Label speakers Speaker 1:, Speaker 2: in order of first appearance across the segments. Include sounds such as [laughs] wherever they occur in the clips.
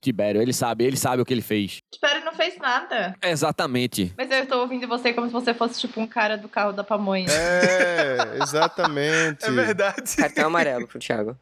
Speaker 1: Tibério, ele sabe, ele sabe o que ele fez.
Speaker 2: Tibério não fez nada.
Speaker 1: Exatamente.
Speaker 2: Mas eu tô ouvindo você como se você fosse tipo um cara do carro da pamonha.
Speaker 3: É, exatamente.
Speaker 4: É verdade.
Speaker 5: Cartão amarelo pro Thiago.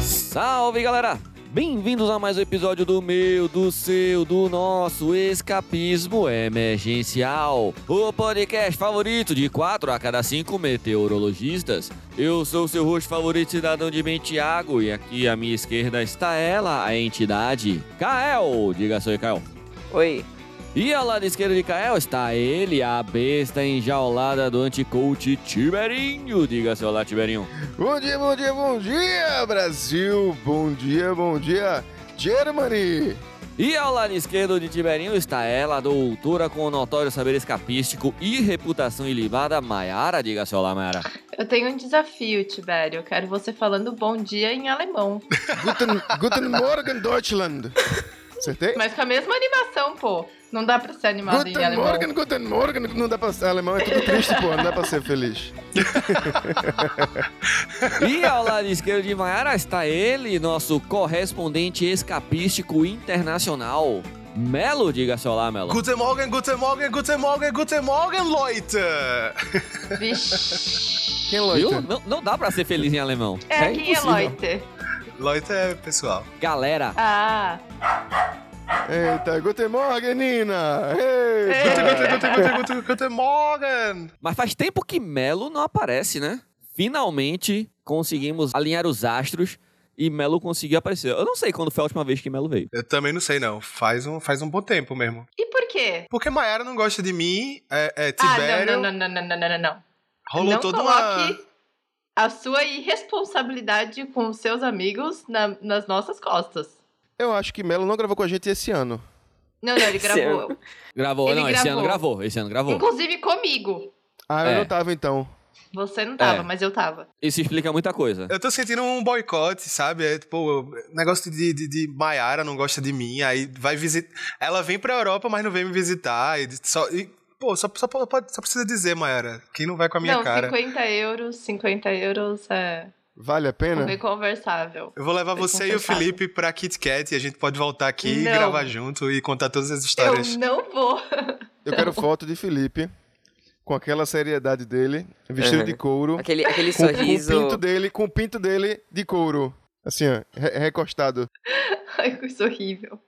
Speaker 1: Salve, galera! Bem-vindos a mais um episódio do meu, do seu, do nosso Escapismo Emergencial, o podcast favorito de 4 a cada 5 meteorologistas. Eu sou o seu host favorito, cidadão de bem, Thiago, e aqui à minha esquerda está ela, a entidade, Kael. Diga só aí, Kael.
Speaker 5: Oi.
Speaker 1: E ao lado esquerdo de Kael está ele, a besta enjaulada do anticoach Tiberinho. Diga seu olá, Tiberinho.
Speaker 3: Bom dia, bom dia, bom dia, Brasil. Bom dia, bom dia, Germany.
Speaker 1: E ao lado esquerdo de Tiberinho está ela, a doutora com o notório saber escapístico e reputação ilibada, Maiara. Diga seu olá, Maiara.
Speaker 2: Eu tenho um desafio, Tibério. Eu quero você falando bom dia em alemão.
Speaker 3: Guten, guten Morgen, Deutschland. Acertei?
Speaker 2: Mas com a mesma animação, pô. Não dá pra ser animado em
Speaker 3: Guten
Speaker 2: alemão.
Speaker 3: Morgen, Guten Morgen. Não dá pra ser alemão, é tudo triste, pô. Não dá pra ser feliz.
Speaker 1: E ao lado esquerdo de Maiara está ele, nosso correspondente escapístico internacional, Melo. Diga seu olá, Melo.
Speaker 4: Guten Morgen, guten Morgen, guten Morgen, guten Morgen, Leute!
Speaker 2: Vixe.
Speaker 3: Quem
Speaker 1: Viu?
Speaker 3: loita?
Speaker 1: Não, não dá pra ser feliz em alemão.
Speaker 2: É aqui,
Speaker 1: impossível.
Speaker 2: Eloite.
Speaker 4: Leute é pessoal.
Speaker 1: Galera,
Speaker 2: Ah.
Speaker 3: Eita, Guten Morgen, Nina.
Speaker 4: Guten,
Speaker 3: Eita.
Speaker 4: [laughs] guten, guten, guten, guten, guten Morgen!
Speaker 1: Mas faz tempo que Melo não aparece, né? Finalmente conseguimos alinhar os astros e Melo conseguiu aparecer. Eu não sei quando foi a última vez que Melo veio.
Speaker 4: Eu também não sei, não. Faz um, faz um bom tempo mesmo.
Speaker 2: E por quê?
Speaker 4: Porque Mayara não gosta de mim, é, é Tibério.
Speaker 2: Ah, não, não, não, não, não, não, não, não.
Speaker 4: Rolou
Speaker 2: não
Speaker 4: toda
Speaker 2: coloque
Speaker 4: uma.
Speaker 2: a sua irresponsabilidade com os seus amigos na- nas nossas costas.
Speaker 3: Eu acho que Melo não gravou com a gente esse ano.
Speaker 2: Não, não, ele
Speaker 5: Esse
Speaker 2: gravou.
Speaker 1: Gravou,
Speaker 2: Ele
Speaker 1: não, esse
Speaker 2: gravou.
Speaker 1: ano gravou, esse ano gravou.
Speaker 2: Inclusive comigo.
Speaker 3: Ah, eu
Speaker 1: É.
Speaker 3: não tava então.
Speaker 2: Você não tava,
Speaker 1: É.
Speaker 2: mas eu tava.
Speaker 1: Isso explica muita coisa.
Speaker 4: Eu tô sentindo um boicote, sabe? É, tipo, negócio de, de, de Mayara não gosta de mim, aí vai visitar. Ela vem pra Europa, mas não vem me visitar. E só, e, pô, só, só, pode- só precisa dizer, Mayara, quem não vai com a minha
Speaker 2: não,
Speaker 4: cara.
Speaker 2: 50 euros, 50 euros é
Speaker 3: Vale a pena?
Speaker 2: bem conversável.
Speaker 4: Eu vou levar
Speaker 2: Foi
Speaker 4: você e o
Speaker 2: compensado.
Speaker 4: Felipe pra Kit Kat e a gente pode voltar aqui e
Speaker 2: Não.
Speaker 4: gravar junto e contar todas as
Speaker 2: Eu
Speaker 4: histórias.
Speaker 2: não vou. [laughs]
Speaker 3: Eu quero foto de Felipe com aquela seriedade dele, vestido
Speaker 5: Uhum.
Speaker 3: de couro,
Speaker 5: Aquele, aquele
Speaker 3: com, com o
Speaker 5: sorriso.
Speaker 3: pinto dele, com o pinto dele de couro. Assim, ó, re- recostado.
Speaker 2: Ai, coisa horrível.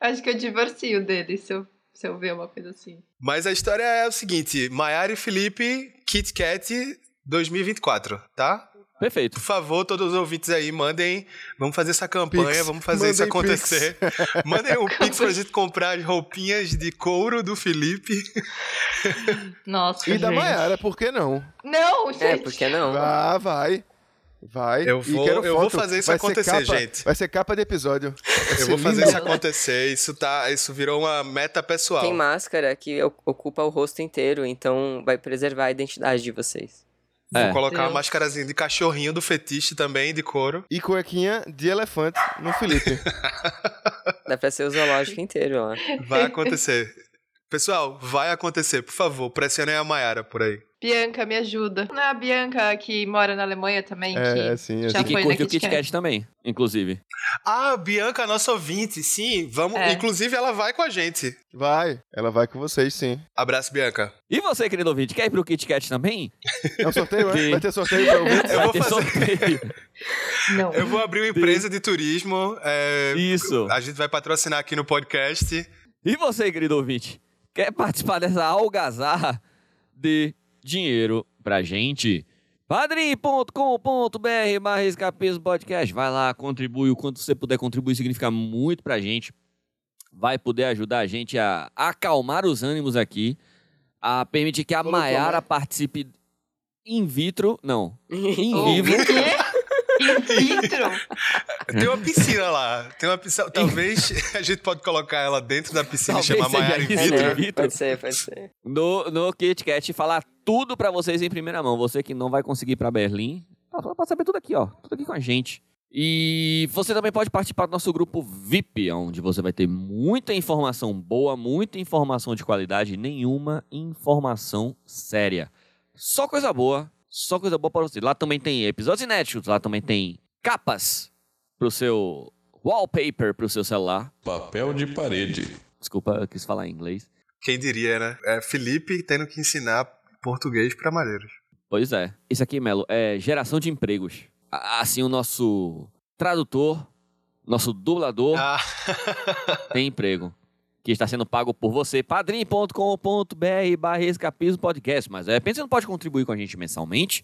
Speaker 2: Acho que eu divorcio dele se eu, se eu ver uma coisa assim.
Speaker 4: Mas a história é o seguinte: Maiara e Felipe, Kit Kat 2024, tá?
Speaker 1: Perfeito.
Speaker 4: Por favor, todos os ouvintes aí, mandem. Vamos fazer essa campanha,
Speaker 3: Pix.
Speaker 4: vamos fazer isso
Speaker 3: Mandem pix. [laughs]
Speaker 4: acontecer. mandem um Pix pra gente comprar as roupinhas de couro do Felipe.
Speaker 2: Nossa,
Speaker 3: E da
Speaker 2: gente.
Speaker 4: é.
Speaker 3: Maiara, por que não?
Speaker 2: Não,
Speaker 5: É,
Speaker 2: gente.
Speaker 5: porque não?
Speaker 3: Ah, vai. Vai.
Speaker 4: Eu
Speaker 3: E
Speaker 4: vou-
Speaker 3: quero
Speaker 4: eu vou
Speaker 3: foto.
Speaker 4: fazer isso
Speaker 3: Vai ser
Speaker 4: acontecer,
Speaker 3: capa-
Speaker 4: gente.
Speaker 3: Vai ser capa de episódio. Vai
Speaker 4: Eu
Speaker 3: ser
Speaker 4: vou fazer
Speaker 3: lindo.
Speaker 4: isso acontecer. Isso, tá, isso virou uma meta pessoal.
Speaker 5: Tem máscara que o- ocupa o rosto inteiro, então vai preservar a identidade de vocês.
Speaker 1: É.
Speaker 4: Vou colocar uma
Speaker 2: Deus.
Speaker 4: mascarazinha de cachorrinho do fetiche também, de couro.
Speaker 3: E cuequinha de elefante no Felipe.
Speaker 5: Dá pra ser o zoológico inteiro lá.
Speaker 4: Vai acontecer. Pessoal, vai acontecer. Por favor, pressionem a Mayara por aí.
Speaker 2: Bianca, me ajuda. Não é a Bianca que mora na Alemanha também?
Speaker 3: é,
Speaker 2: que...
Speaker 3: assim, assim.
Speaker 2: Já
Speaker 1: E que
Speaker 2: foi
Speaker 1: curte
Speaker 2: na
Speaker 1: o
Speaker 2: Kit
Speaker 1: Kit Kat também, inclusive.
Speaker 4: Ah, Bianca, nossa ouvinte, sim, vamos.
Speaker 2: É.
Speaker 4: Inclusive, ela vai com a gente.
Speaker 3: Vai. Ela vai com vocês, sim.
Speaker 4: Abraço, Bianca.
Speaker 1: E você, querido ouvinte, quer ir pro Kit Kat também?
Speaker 3: É um sorteio,
Speaker 1: Sim.
Speaker 3: né? Vai ter sorteio pra ouvir.
Speaker 4: Eu
Speaker 1: Vai
Speaker 4: vou
Speaker 1: ter
Speaker 4: fazer-
Speaker 1: sorteio.
Speaker 2: Não.
Speaker 4: Eu vou abrir uma empresa de turismo. é,
Speaker 1: Isso.
Speaker 4: A gente vai patrocinar aqui no podcast.
Speaker 1: E você, querido ouvinte, quer participar dessa algazarra de dinheiro pra gente? padrim.com.br barra escapismo podcast. Vai lá, contribui. O quanto você puder contribuir significa muito pra gente. Vai poder ajudar a gente a acalmar os ânimos aqui, a permitir que a
Speaker 3: Colocou,
Speaker 1: Maiara
Speaker 3: né?
Speaker 1: participe in vitro, não, em
Speaker 2: Oh,
Speaker 1: vivo.
Speaker 2: o quê? In vitro?
Speaker 4: Tem [laughs] uma piscina lá. Tem uma piscina. Talvez [laughs] a gente pode colocar ela dentro da piscina e
Speaker 1: Talvez
Speaker 4: chamar Maiara em
Speaker 1: seja
Speaker 5: É,
Speaker 1: isso.
Speaker 4: vidro.
Speaker 1: Vitro,
Speaker 5: né?
Speaker 1: Vitro.
Speaker 5: Pode ser, pode ser.
Speaker 1: no, no Kit Kat falar tudo tá, pra vocês em primeira mão. Você que não vai conseguir ir pra Berlim, pode saber tudo aqui, ó. Tudo aqui com a gente. E você também pode participar do nosso grupo VIP, onde você vai ter muita informação boa, muita informação de qualidade, nenhuma informação séria. Só coisa boa, só coisa boa para você. Lá também tem episódios inéditos, lá também tem capas pro seu wallpaper pro seu celular.
Speaker 6: Papel de parede.
Speaker 1: Desculpa, eu quis falar em inglês.
Speaker 4: Quem diria, né? É Felipe tendo que ensinar português pra maleiros.
Speaker 1: Pois é. Isso aqui, Melo, é geração de empregos. A- Assim, o nosso tradutor, nosso dublador,
Speaker 4: Ah,
Speaker 1: tem emprego. Que está sendo pago por você. padrim.com.br barra escapismo podcast. Mas de repente você não pode contribuir com a gente mensalmente.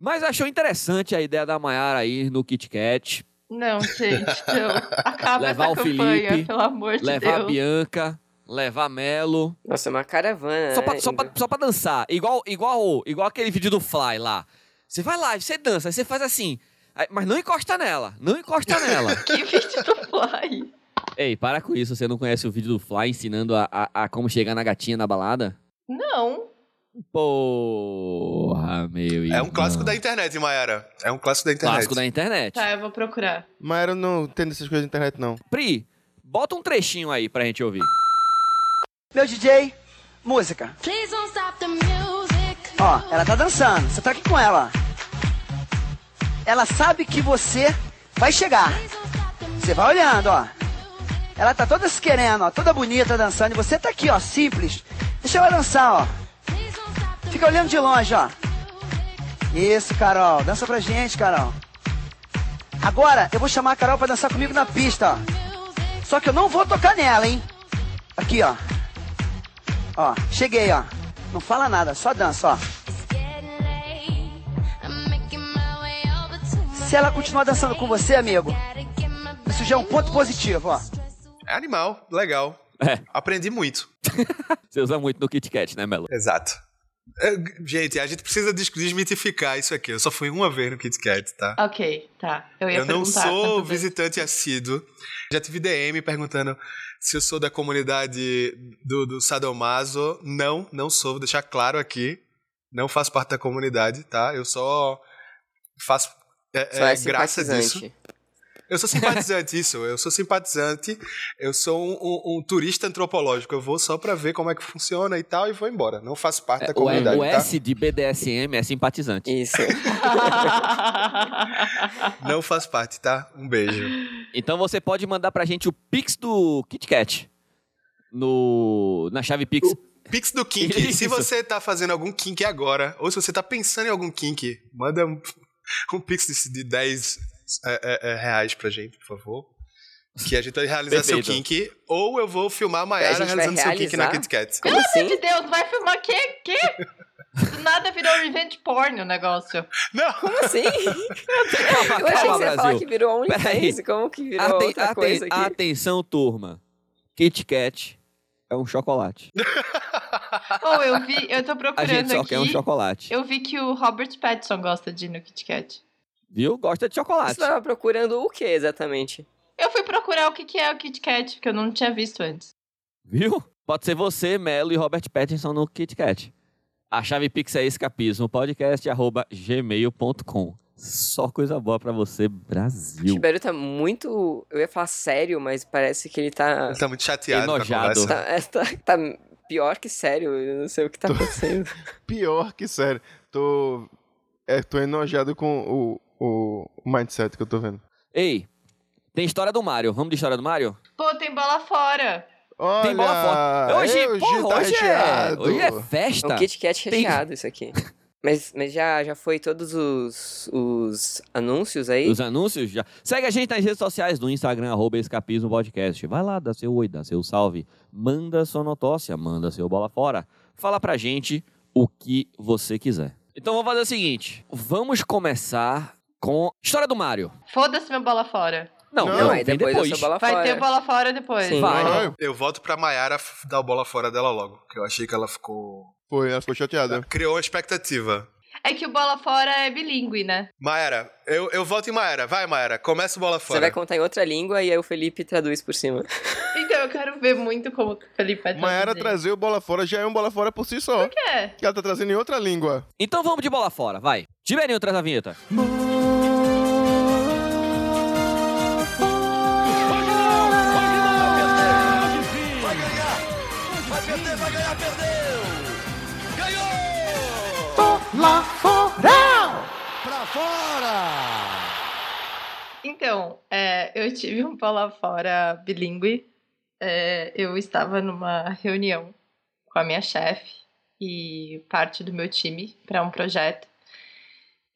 Speaker 1: Mas achou interessante a ideia da Maiara aí no Kit Kat.
Speaker 2: Não, gente, não. Acaba
Speaker 1: Levar
Speaker 2: essa
Speaker 1: o
Speaker 2: campanha,
Speaker 1: Felipe,
Speaker 2: pelo amor de
Speaker 1: levar a
Speaker 2: Deus.
Speaker 1: Bianca, levar a Melo.
Speaker 5: Nossa, é uma caravana.
Speaker 1: Só
Speaker 5: né,
Speaker 1: pra, só, pra,
Speaker 5: ainda.
Speaker 1: só pra dançar. Igual, igual, igual aquele vídeo do Fly lá. Você vai lá, você dança, aí você faz assim. Aí- Mas não encosta nela. Não encosta nela.
Speaker 2: Que vídeo do Fly.
Speaker 1: [laughs] Ei, para com isso. Você não conhece o vídeo do Fly ensinando a, a, a como chegar na gatinha na balada?
Speaker 2: Não,
Speaker 1: Porra, meu
Speaker 4: é um clássico da
Speaker 1: internet.
Speaker 4: internet, Mayara. É um clássico da internet.
Speaker 1: Clássico da internet.
Speaker 2: tá, eu vou procurar.
Speaker 3: Mas eu não entendo essas coisas da internet, não.
Speaker 1: Pri, bota um trechinho aí pra gente ouvir.
Speaker 7: Meu DJ, música.
Speaker 8: Please don't stop the music.
Speaker 7: Ó, ela tá dançando, você tá aqui com ela. Ela sabe que você vai chegar.
Speaker 8: Please don't stop the
Speaker 7: Você vai olhando, ó. Ela tá toda se querendo, ó, toda bonita dançando. E você tá aqui, ó, simples. Deixa ela dançar, ó.
Speaker 8: Please don't stop the
Speaker 7: Fica olhando de longe, ó. Isso, Carol. Dança pra gente, Carol. Agora, eu vou chamar a Carol pra dançar comigo na pista, ó.
Speaker 8: music.
Speaker 7: Só que eu não vou tocar nela, hein? Aqui, ó. Ó, cheguei, ó. Não fala nada, só dança, ó.
Speaker 8: It's getting late. I'm making my way over to my
Speaker 7: Se ela continuar dançando com você, amigo,
Speaker 8: Gotta get my
Speaker 7: isso já é um ponto positivo, ó.
Speaker 4: É animal, legal.
Speaker 1: É.
Speaker 4: Aprendi muito.
Speaker 1: Você usa muito no Kit Kat, né, Melo?
Speaker 4: Exato. É, gente, a gente precisa des- desmitificar isso aqui. Eu só fui uma vez no Kit Kat, tá?
Speaker 2: Ok, tá. Eu ia
Speaker 4: Eu não
Speaker 2: perguntar. tá
Speaker 4: sou
Speaker 2: tudo bem.
Speaker 4: visitante assíduo. Já tive DM perguntando se eu sou da comunidade do, do Sadomaso. Não, não sou. Vou deixar claro aqui. Não faço parte da comunidade, tá? Eu só faço. É,
Speaker 5: Só
Speaker 4: é,
Speaker 5: é,
Speaker 4: graça disso.
Speaker 5: simpatizante.
Speaker 4: Eu sou simpatizante, [laughs] isso. Eu sou simpatizante. Eu sou um, um- um turista antropológico. Eu vou só pra ver como é que funciona e tal e vou embora. Não faço parte da
Speaker 1: É, O,
Speaker 4: comunidade,
Speaker 1: o
Speaker 4: tá?
Speaker 1: S de BDSM é simpatizante.
Speaker 5: Isso.
Speaker 4: [laughs] Não faço parte, tá? Um beijo.
Speaker 1: Então você pode mandar pra gente o Pix do Kit Kat. No, na chave
Speaker 5: [laughs]
Speaker 1: Pix.
Speaker 4: [laughs] Pix do Kink.
Speaker 1: Isso.
Speaker 4: Se você tá fazendo algum Kink agora, ou se você tá pensando em algum Kink, manda um, [laughs] um Pix de- de 10 é, é, é, reais pra gente, por favor. Que a gente vai realizar seu
Speaker 1: Perfeito.
Speaker 4: Kink. Ou eu vou filmar a
Speaker 5: A
Speaker 4: Mayara
Speaker 5: gente vai
Speaker 4: realizando seu Kink na
Speaker 5: realizar?
Speaker 4: Kit
Speaker 5: [laughs]
Speaker 4: Kat.
Speaker 5: Como
Speaker 2: Meu
Speaker 5: assim?
Speaker 2: Deus, vai filmar que? Que? Do nada virou revenge porn o negócio.
Speaker 4: Não!
Speaker 5: Como assim?
Speaker 1: Calma,
Speaker 5: [laughs] Eu achei que
Speaker 1: calma,
Speaker 5: você ia falar que
Speaker 1: Brasil.
Speaker 5: virou
Speaker 1: Peraí.
Speaker 5: OnlyFans. Como que virou
Speaker 1: Aten-
Speaker 5: outra
Speaker 1: aten-
Speaker 5: coisa aqui?
Speaker 1: Atenção, turma. Kit Kat é um chocolate.
Speaker 2: Ou eu vi, eu tô
Speaker 1: A
Speaker 2: procurando
Speaker 1: gente só
Speaker 2: aqui.
Speaker 1: quer um chocolate.
Speaker 2: Eu vi que o Robert Pattinson gosta de ir no Kit Kat.
Speaker 1: Viu? Gosta de
Speaker 5: Você
Speaker 1: chocolate.
Speaker 5: tava procurando o que exatamente?
Speaker 2: Eu fui procurar o que, que é o Kit Kat, porque eu não tinha visto antes.
Speaker 1: Viu? Pode ser você, Melo e Robert Pattinson no Kit Kat. A chave Pix é escapismo, podcast arroba gmail.com. Só coisa boa pra você,
Speaker 5: O
Speaker 1: Brasil.
Speaker 5: Tibério tá muito. Eu ia falar sério, mas parece que ele tá.
Speaker 4: Ele tá muito chateado com a
Speaker 1: Enojado.
Speaker 4: conversa.
Speaker 5: Tá, é, tá- tá pior que sério. Eu não sei o que tá
Speaker 3: [laughs]
Speaker 5: acontecendo.
Speaker 3: Pior que sério. Tô. É, tô enojado com o, o mindset que eu tô vendo.
Speaker 1: Ei, tem história do Mario. Vamos de história do Mario?
Speaker 2: Pô, tem bola fora.
Speaker 3: Olha,
Speaker 1: tem bola fora. Hoje, porra,
Speaker 3: tá
Speaker 1: hoje, é,
Speaker 3: recheado.
Speaker 1: hoje é
Speaker 5: É
Speaker 3: tá?
Speaker 1: festa.
Speaker 5: um Kit Kat
Speaker 1: Tem-
Speaker 5: recheado isso aqui. Mas, mas já, já foi todos os, os anúncios aí?
Speaker 1: Os anúncios já. Segue a gente nas redes sociais, no Instagram, arroba Escapismo Podcast. Vai lá, dá seu oi, dá seu salve. Manda sua notócia, manda seu bola fora. Fala pra gente o que você quiser. Então vamos fazer o seguinte: vamos começar com. História do Mário.
Speaker 2: Foda-se meu bola fora.
Speaker 1: Não,
Speaker 3: Não,
Speaker 1: não,
Speaker 5: Não,
Speaker 1: vem
Speaker 5: aí depois, eu sou bola
Speaker 2: Vai
Speaker 5: fora.
Speaker 2: ter bola fora depois.
Speaker 5: Sim.
Speaker 1: Vai.
Speaker 3: Vai.
Speaker 4: Eu volto pra Mayara f- dar o bola fora dela logo. Que eu achei que ela ficou.
Speaker 3: Foi, ela ficou
Speaker 1: Tá
Speaker 3: chateada.
Speaker 4: Criou uma expectativa.
Speaker 2: É que o bola fora é bilíngue, né?
Speaker 4: Mayara, eu, eu volto em Mayara. Vai, Mayara. Começa o bola
Speaker 5: Você
Speaker 4: fora.
Speaker 5: vai contar em outra língua e aí o Felipe traduz por cima.
Speaker 2: Então eu quero ver muito como o Felipe vai
Speaker 3: Maiara
Speaker 2: traduzir.
Speaker 3: trazer o bola fora já é um bola fora por si só.
Speaker 2: É.
Speaker 3: Que ela tá trazendo em outra língua.
Speaker 1: Então vamos de bola fora, vai. Tiberinho traz a vinheta.
Speaker 6: Vai perder, vai ganhar, perdeu! Ganhou!
Speaker 9: Lá fora!
Speaker 6: Pra fora!
Speaker 2: Então, é, eu tive um bola fora bilíngue. É, eu estava numa reunião com a minha chefe e parte do meu time para um projeto.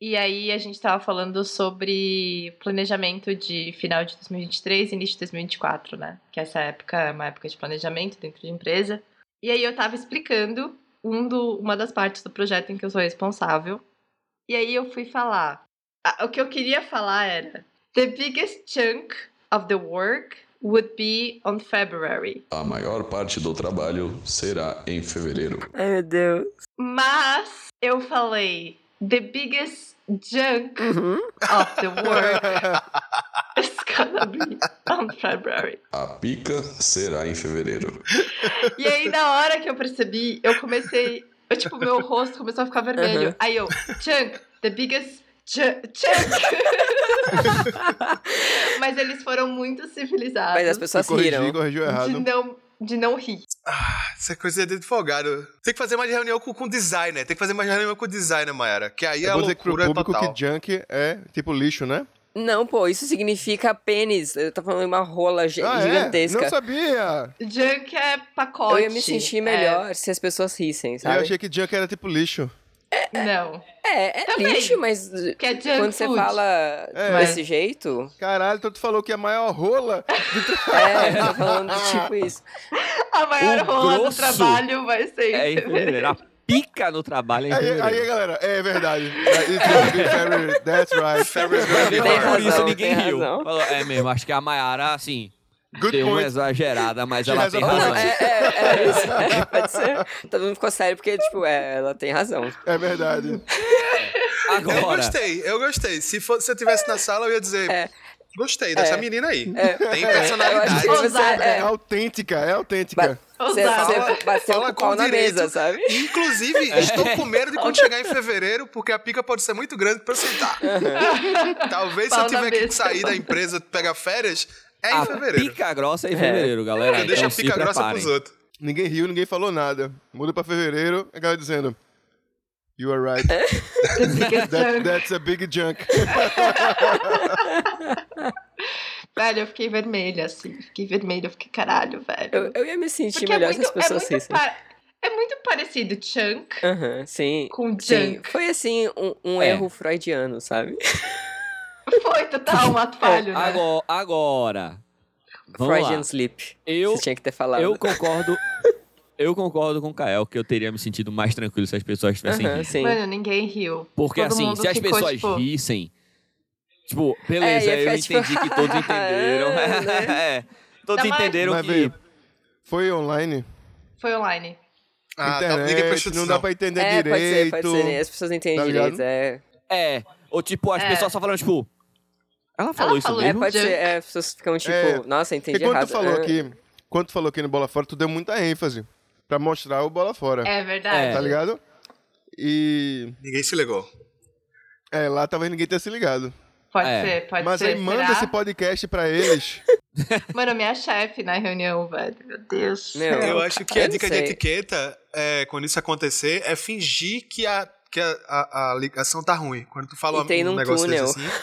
Speaker 2: E aí a gente estava falando sobre planejamento de final de 2023 e início de 2024, né? Que essa época é uma época de planejamento dentro de empresa. E aí eu estava explicando um do, uma das partes do projeto em que eu sou responsável. E aí eu fui falar. Ah, o que eu queria falar era The biggest chunk of the work would be on February.
Speaker 10: A maior parte do trabalho será em fevereiro.
Speaker 5: Ai, meu Deus.
Speaker 2: Mas eu falei the biggest junk
Speaker 5: Uhum.
Speaker 2: of the work
Speaker 5: [laughs]
Speaker 2: is gonna be on February.
Speaker 10: A pica será em fevereiro.
Speaker 2: E aí na hora que eu percebi, eu comecei, eu, tipo, meu rosto começou a ficar vermelho.
Speaker 5: Uhum.
Speaker 2: Aí eu, chunk, the biggest ju-
Speaker 5: [laughs]
Speaker 2: chunk. Mas eles foram muito civilizados.
Speaker 5: Mas as
Speaker 1: Tá
Speaker 5: pessoas
Speaker 3: Corrigiu e
Speaker 5: riram.
Speaker 3: corrigiu
Speaker 2: de
Speaker 3: errado.
Speaker 2: não, de não rir.
Speaker 4: Essa coisa é de advogado. Tem que fazer mais reunião com, com designer. Tem que fazer mais reunião com designer, Mayara. Que aí
Speaker 3: Eu
Speaker 4: a
Speaker 3: vou dizer que pro
Speaker 4: loucura é
Speaker 3: público
Speaker 4: total.
Speaker 3: que junk é tipo lixo, né?
Speaker 5: Não, pô, isso significa pênis. Eu tô falando de uma rola gi-
Speaker 3: Ah, é?
Speaker 5: gigantesca.
Speaker 3: Não sabia!
Speaker 2: Junk é pacote.
Speaker 5: eu ia me sentir
Speaker 2: É.
Speaker 5: melhor se as pessoas rissem, sabe?
Speaker 3: Eu achei que junk era tipo lixo.
Speaker 2: É, não.
Speaker 5: É, é
Speaker 2: Também.
Speaker 5: lixo, mas uh,
Speaker 2: Que é junk
Speaker 5: quando você
Speaker 2: food.
Speaker 5: fala
Speaker 3: É.
Speaker 5: desse jeito,
Speaker 3: Caralho, então tu falou que a maior rola
Speaker 5: é, eu tô falando de tipo isso.
Speaker 2: [laughs] A maior
Speaker 1: O
Speaker 2: rola do
Speaker 1: grosso
Speaker 2: trabalho vai ser em
Speaker 1: É em fevereiro.
Speaker 2: [laughs]
Speaker 1: A pica no trabalho é em
Speaker 3: Aí,
Speaker 1: fevereiro.
Speaker 3: aí, galera, é verdade. It's
Speaker 1: [laughs]
Speaker 3: gonna be February, That's right.
Speaker 4: February's
Speaker 1: Pra
Speaker 4: gonna
Speaker 1: mim, foi
Speaker 4: be
Speaker 5: Tem
Speaker 4: hard.
Speaker 1: por isso
Speaker 5: razão,
Speaker 1: ninguém
Speaker 5: tem
Speaker 1: riu.
Speaker 5: razão.
Speaker 1: Falou, é mesmo, acho que a Mayara, assim,
Speaker 3: Good
Speaker 1: deu uma
Speaker 3: point.
Speaker 1: exagerada, mas
Speaker 3: She
Speaker 1: ela
Speaker 3: has
Speaker 1: tem
Speaker 3: a point.
Speaker 1: razão.
Speaker 5: Não, é, é, é isso. É, pode ser. Todo mundo ficou sério porque, tipo, é, ela tem razão.
Speaker 3: É verdade.
Speaker 4: Eu
Speaker 1: Agora,
Speaker 4: gostei, eu gostei. Se, for, se eu tivesse na sala, eu ia dizer.
Speaker 5: É.
Speaker 4: Gostei dessa menina aí. Tem
Speaker 5: Eu acho
Speaker 4: personalidade.
Speaker 5: que você
Speaker 2: Ousada. né?
Speaker 3: É
Speaker 5: é,
Speaker 3: autêntica, é autêntica.
Speaker 5: Ba- você, é
Speaker 2: Ousada.
Speaker 5: você bateu
Speaker 4: Fala
Speaker 5: com o
Speaker 4: com
Speaker 5: pau na
Speaker 4: direito.
Speaker 5: mesa, sabe?
Speaker 4: Inclusive,
Speaker 3: É.
Speaker 4: estou com medo de quando chegar em fevereiro, porque a pica pode ser muito grande pra eu sentar. Talvez se
Speaker 2: Pau
Speaker 4: eu
Speaker 2: na
Speaker 4: tiver que
Speaker 2: mesa.
Speaker 4: sair da empresa pegar férias, é em
Speaker 1: a
Speaker 4: fevereiro.
Speaker 1: pica grossa é em fevereiro, galera.
Speaker 4: Eu
Speaker 1: Então
Speaker 4: deixo a
Speaker 1: se
Speaker 4: pica grossa
Speaker 1: preparem.
Speaker 4: pros outros.
Speaker 3: Ninguém riu, ninguém falou nada. Muda pra fevereiro, a galera dizendo. You are right.
Speaker 5: É.
Speaker 2: [laughs]
Speaker 3: That- that's a big junk.
Speaker 2: Velho, eu fiquei vermelha, assim. Fiquei vermelha, eu fiquei caralho, velho.
Speaker 5: Eu, eu ia me sentir
Speaker 2: Porque é
Speaker 5: melhor se
Speaker 2: muito,
Speaker 5: as
Speaker 2: é,
Speaker 5: pessoas
Speaker 2: muito
Speaker 5: rissem.
Speaker 2: pa- é muito parecido chunk
Speaker 5: Aham, sim.
Speaker 2: com
Speaker 5: Sim, [laughs]
Speaker 2: junk.
Speaker 5: foi assim um, um
Speaker 1: É.
Speaker 5: erro freudiano, sabe?
Speaker 2: Foi total um atalho, né?
Speaker 1: É, Agora, agora, vamos lá.
Speaker 5: Freudian sleep.
Speaker 1: Eu,
Speaker 5: Você tinha que ter falado.
Speaker 1: eu concordo... Eu concordo com o Kael que eu teria me sentido mais tranquilo se as pessoas tivessem
Speaker 5: Aham,
Speaker 1: rido.
Speaker 5: sim.
Speaker 2: Mano, ninguém riu.
Speaker 1: Porque
Speaker 2: Todo
Speaker 1: assim,
Speaker 2: mundo
Speaker 1: se as
Speaker 2: ficou,
Speaker 1: pessoas
Speaker 2: tipo,
Speaker 1: rissem, tipo, beleza,
Speaker 5: [laughs] É, ia
Speaker 1: eu
Speaker 5: ficar, tipo,
Speaker 1: entendi que todos entenderam.
Speaker 5: É, né?
Speaker 1: [laughs] É, todos
Speaker 2: Não, mas-
Speaker 1: entenderam
Speaker 3: Mas,
Speaker 1: que
Speaker 3: veio. Foi online?
Speaker 2: Foi online.
Speaker 4: Ah, tá, ninguém
Speaker 3: Internet,
Speaker 4: prestou
Speaker 3: não
Speaker 4: atenção.
Speaker 3: dá pra entender
Speaker 5: É, pode ser,
Speaker 3: direito.
Speaker 5: pode ser. né? As pessoas não entendem
Speaker 3: Tá ligado?
Speaker 5: direito. É,
Speaker 1: É. Ou tipo, as
Speaker 2: É.
Speaker 1: pessoas só falam, tipo. Ela falou isso
Speaker 2: falou
Speaker 5: é
Speaker 1: mesmo?
Speaker 5: pode
Speaker 2: junk.
Speaker 5: ser. É, as pessoas ficam tipo,
Speaker 3: É,
Speaker 5: nossa,
Speaker 3: Porque
Speaker 5: entendi
Speaker 3: quando
Speaker 5: errado.
Speaker 3: tu falou
Speaker 5: Ah,
Speaker 3: aqui, quando tu falou aqui no Bola Fora, tu deu muita ênfase pra mostrar o Bola Fora,
Speaker 2: É verdade.
Speaker 3: tá ligado? E
Speaker 4: Ninguém se ligou.
Speaker 3: é, lá talvez ninguém tenha se ligado.
Speaker 2: Pode
Speaker 1: É.
Speaker 2: ser, pode
Speaker 3: Mas
Speaker 2: ser.
Speaker 3: aí manda
Speaker 2: será?
Speaker 3: esse podcast pra eles.
Speaker 2: Mano, minha chefe na reunião, velho. Meu Deus.
Speaker 5: Meu,
Speaker 4: Eu acho que a
Speaker 5: Eu não
Speaker 4: dica de
Speaker 5: sei.
Speaker 4: etiqueta, é, quando isso acontecer, é fingir que a, que a, a- a ligação tá ruim. Quando tu fala
Speaker 5: E tem
Speaker 4: um
Speaker 5: num
Speaker 4: negócio
Speaker 5: túnel.
Speaker 4: desse assim. [laughs]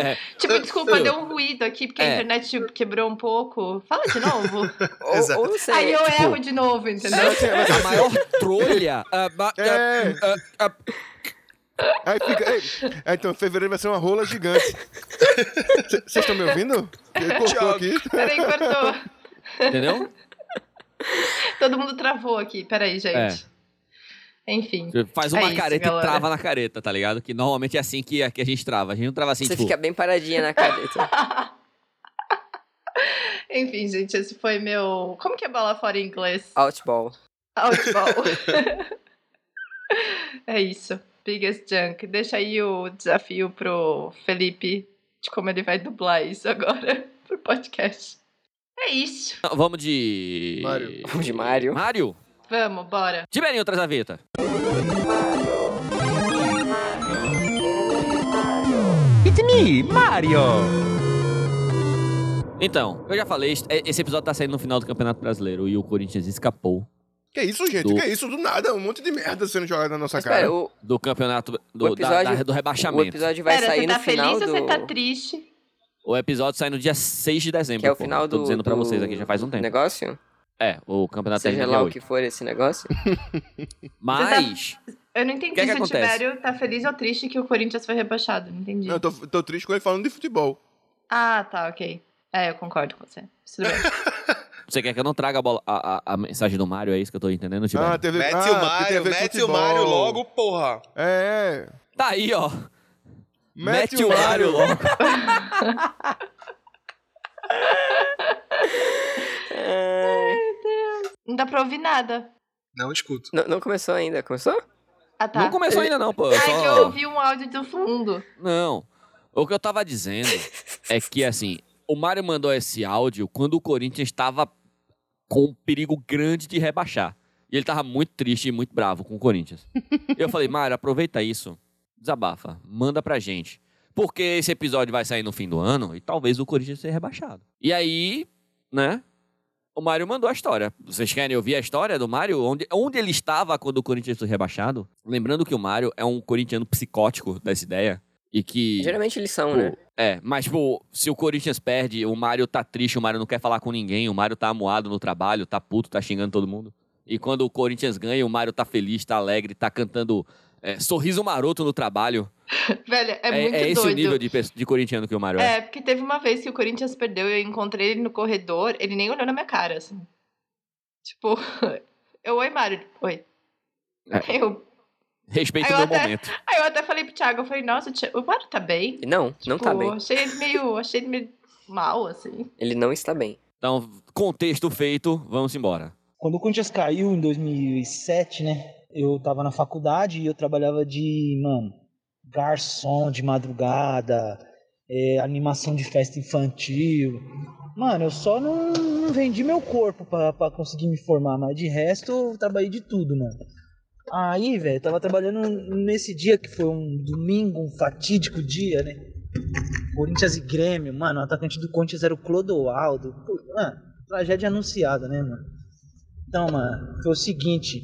Speaker 1: É.
Speaker 2: [laughs] Tipo, desculpa, deu um ruído aqui, porque
Speaker 1: É.
Speaker 2: a internet quebrou um pouco. Fala de novo.
Speaker 5: Ou, ou não [laughs] sei.
Speaker 2: Aí eu
Speaker 1: tipo-
Speaker 2: erro de novo,
Speaker 5: [laughs]
Speaker 2: entendeu?
Speaker 1: É A
Speaker 2: [laughs]
Speaker 1: maior trolha. a ma- a-
Speaker 3: É.
Speaker 1: a- a-
Speaker 3: Aí fica. Ei, aí, então, fevereiro vai ser uma rola gigante. C- Vocês estão me ouvindo? Ele Cortou aqui.
Speaker 2: Peraí, cortou. É.
Speaker 1: Entendeu?
Speaker 2: Todo mundo travou aqui. Peraí, gente. Enfim.
Speaker 1: Faz
Speaker 2: É
Speaker 1: uma
Speaker 2: isso,
Speaker 1: careta
Speaker 2: galera.
Speaker 1: e trava na careta, tá ligado? Que normalmente é assim que, que a gente trava. A gente não trava assim,
Speaker 5: Você
Speaker 1: tipo.
Speaker 5: fica bem paradinha na
Speaker 1: [laughs]
Speaker 5: assim. careta.
Speaker 2: Enfim, gente, esse foi meu. Como que é bola fora em inglês?
Speaker 5: Outball.
Speaker 2: Outball. [laughs] é isso. Biggest Junk. Deixa aí o desafio pro Felipe de como ele vai dublar isso agora [laughs] pro podcast. É isso.
Speaker 1: Vamos de.
Speaker 3: Mário.
Speaker 5: Vamos de Mário.
Speaker 1: Mário?
Speaker 2: Vamos, bora.
Speaker 1: Tiberinho traz a vinheta.
Speaker 9: It's me, Mario!
Speaker 1: Então, eu já falei, est- é- esse episódio tá saindo no final do Campeonato Brasileiro e o Corinthians escapou
Speaker 3: Que isso, gente?
Speaker 1: Do-
Speaker 3: Que isso? Do nada, um monte de merda sendo jogada na nossa cara.
Speaker 5: Espera, o,
Speaker 1: do campeonato do,
Speaker 5: o
Speaker 1: da-
Speaker 5: episódio,
Speaker 1: da- do
Speaker 5: O
Speaker 1: rebaixamento.
Speaker 5: episódio vai
Speaker 2: Pera,
Speaker 5: sair
Speaker 2: você tá
Speaker 5: no final
Speaker 2: feliz
Speaker 5: do...
Speaker 2: ou você tá triste?
Speaker 1: O episódio sai no dia 6 de dezembro.
Speaker 5: Que é o
Speaker 1: pô.
Speaker 5: final do...
Speaker 1: Tô dizendo pra
Speaker 5: do
Speaker 1: vocês aqui já faz um tempo.
Speaker 5: Negócio?
Speaker 1: É, o campeonato
Speaker 5: Seja
Speaker 1: termina
Speaker 5: lá
Speaker 1: dia
Speaker 5: o
Speaker 1: 8.
Speaker 5: que for
Speaker 1: [laughs]
Speaker 5: esse negócio.
Speaker 1: Mas.
Speaker 2: Eu não entendi
Speaker 1: Que que
Speaker 2: se o
Speaker 1: acontece?
Speaker 2: Tibério tá feliz ou triste que o Corinthians foi rebaixado. Não entendi.
Speaker 3: Não, eu tô, tô triste com ele falando de futebol.
Speaker 2: Ah, tá, ok. É, eu concordo com você.
Speaker 1: [laughs]
Speaker 2: Tudo bem.
Speaker 1: Você quer que eu não traga a, bola- a- a- a mensagem do Mário? É isso que eu tô entendendo, tipo.
Speaker 3: Ah, teve...
Speaker 4: Mete
Speaker 3: ah,
Speaker 4: o
Speaker 3: porque tem a
Speaker 4: Mário,
Speaker 3: ver com
Speaker 4: mete o
Speaker 3: futebol.
Speaker 4: Mário logo, porra.
Speaker 3: É, é.
Speaker 1: Tá aí, ó.
Speaker 3: Mete, o Mário logo.
Speaker 1: logo.
Speaker 2: Não dá pra ouvir nada.
Speaker 4: Não escuto.
Speaker 5: Não, não começou ainda, começou?
Speaker 2: Ah, tá.
Speaker 1: Não começou ainda, não, pô.
Speaker 2: Ah,
Speaker 1: Eu
Speaker 2: é que eu
Speaker 1: só...
Speaker 2: ouvi um áudio do fundo.
Speaker 1: Não. O que eu tava dizendo é que, assim, o Mário mandou esse áudio quando o Corinthians tava com um perigo grande de rebaixar. E ele tava muito triste e muito bravo com o Corinthians. Eu falei, Mário, aproveita isso, desabafa, manda pra gente. Porque esse episódio vai sair no fim do ano e talvez o Corinthians seja rebaixado. E aí, né? O Mário mandou a história. Vocês querem ouvir a história do Mário? Onde, onde ele estava quando o Corinthians foi rebaixado? Lembrando que o Mário é um corintiano psicótico dessa ideia. E que.
Speaker 5: Geralmente eles são,
Speaker 1: Pô,
Speaker 5: né?
Speaker 1: É, mas, tipo, se o Corinthians perde, o Mário tá triste, o Mário não quer falar com ninguém, o Mário tá amuado no trabalho, tá puto, tá xingando todo mundo. E quando o Corinthians ganha, o Mário tá feliz, tá alegre, tá cantando é, sorriso maroto no trabalho.
Speaker 2: Velho, é, muito
Speaker 1: é esse
Speaker 2: doido.
Speaker 1: o nível de, pe- de corintiano que o Mário é.
Speaker 2: É, porque teve uma vez que o Corinthians perdeu e eu encontrei ele no corredor, ele nem olhou na minha cara, assim. Tipo, [laughs] eu, oi, Mário. ele, Oi.
Speaker 1: É.
Speaker 2: Eu,
Speaker 1: Respeito o
Speaker 2: Eu
Speaker 1: meu
Speaker 2: até-
Speaker 1: momento.
Speaker 2: aí eu até falei pro Thiago, eu falei, nossa, o Thi- o Mário tá bem?
Speaker 5: E Não, não tá
Speaker 2: Tipo,
Speaker 5: bem.
Speaker 2: Achei ele meio, achei ele meio mal, assim.
Speaker 5: Ele não está bem.
Speaker 1: Então, contexto feito, vamos embora.
Speaker 9: Quando o Corinthians caiu em 2007, né? Eu tava na faculdade e eu trabalhava de, mano, garçom de madrugada, é, animação de festa infantil. Mano, eu só não, não vendi meu corpo pra, pra conseguir me formar, mas de resto eu trabalhei de tudo, mano. Aí, velho, eu tava trabalhando nesse dia que foi um domingo, um fatídico dia, né? Corinthians e Grêmio, mano, o atacante do Corinthians era o Clodoaldo. Pô, mano, tragédia anunciada, né, mano? Então, mano, foi o seguinte.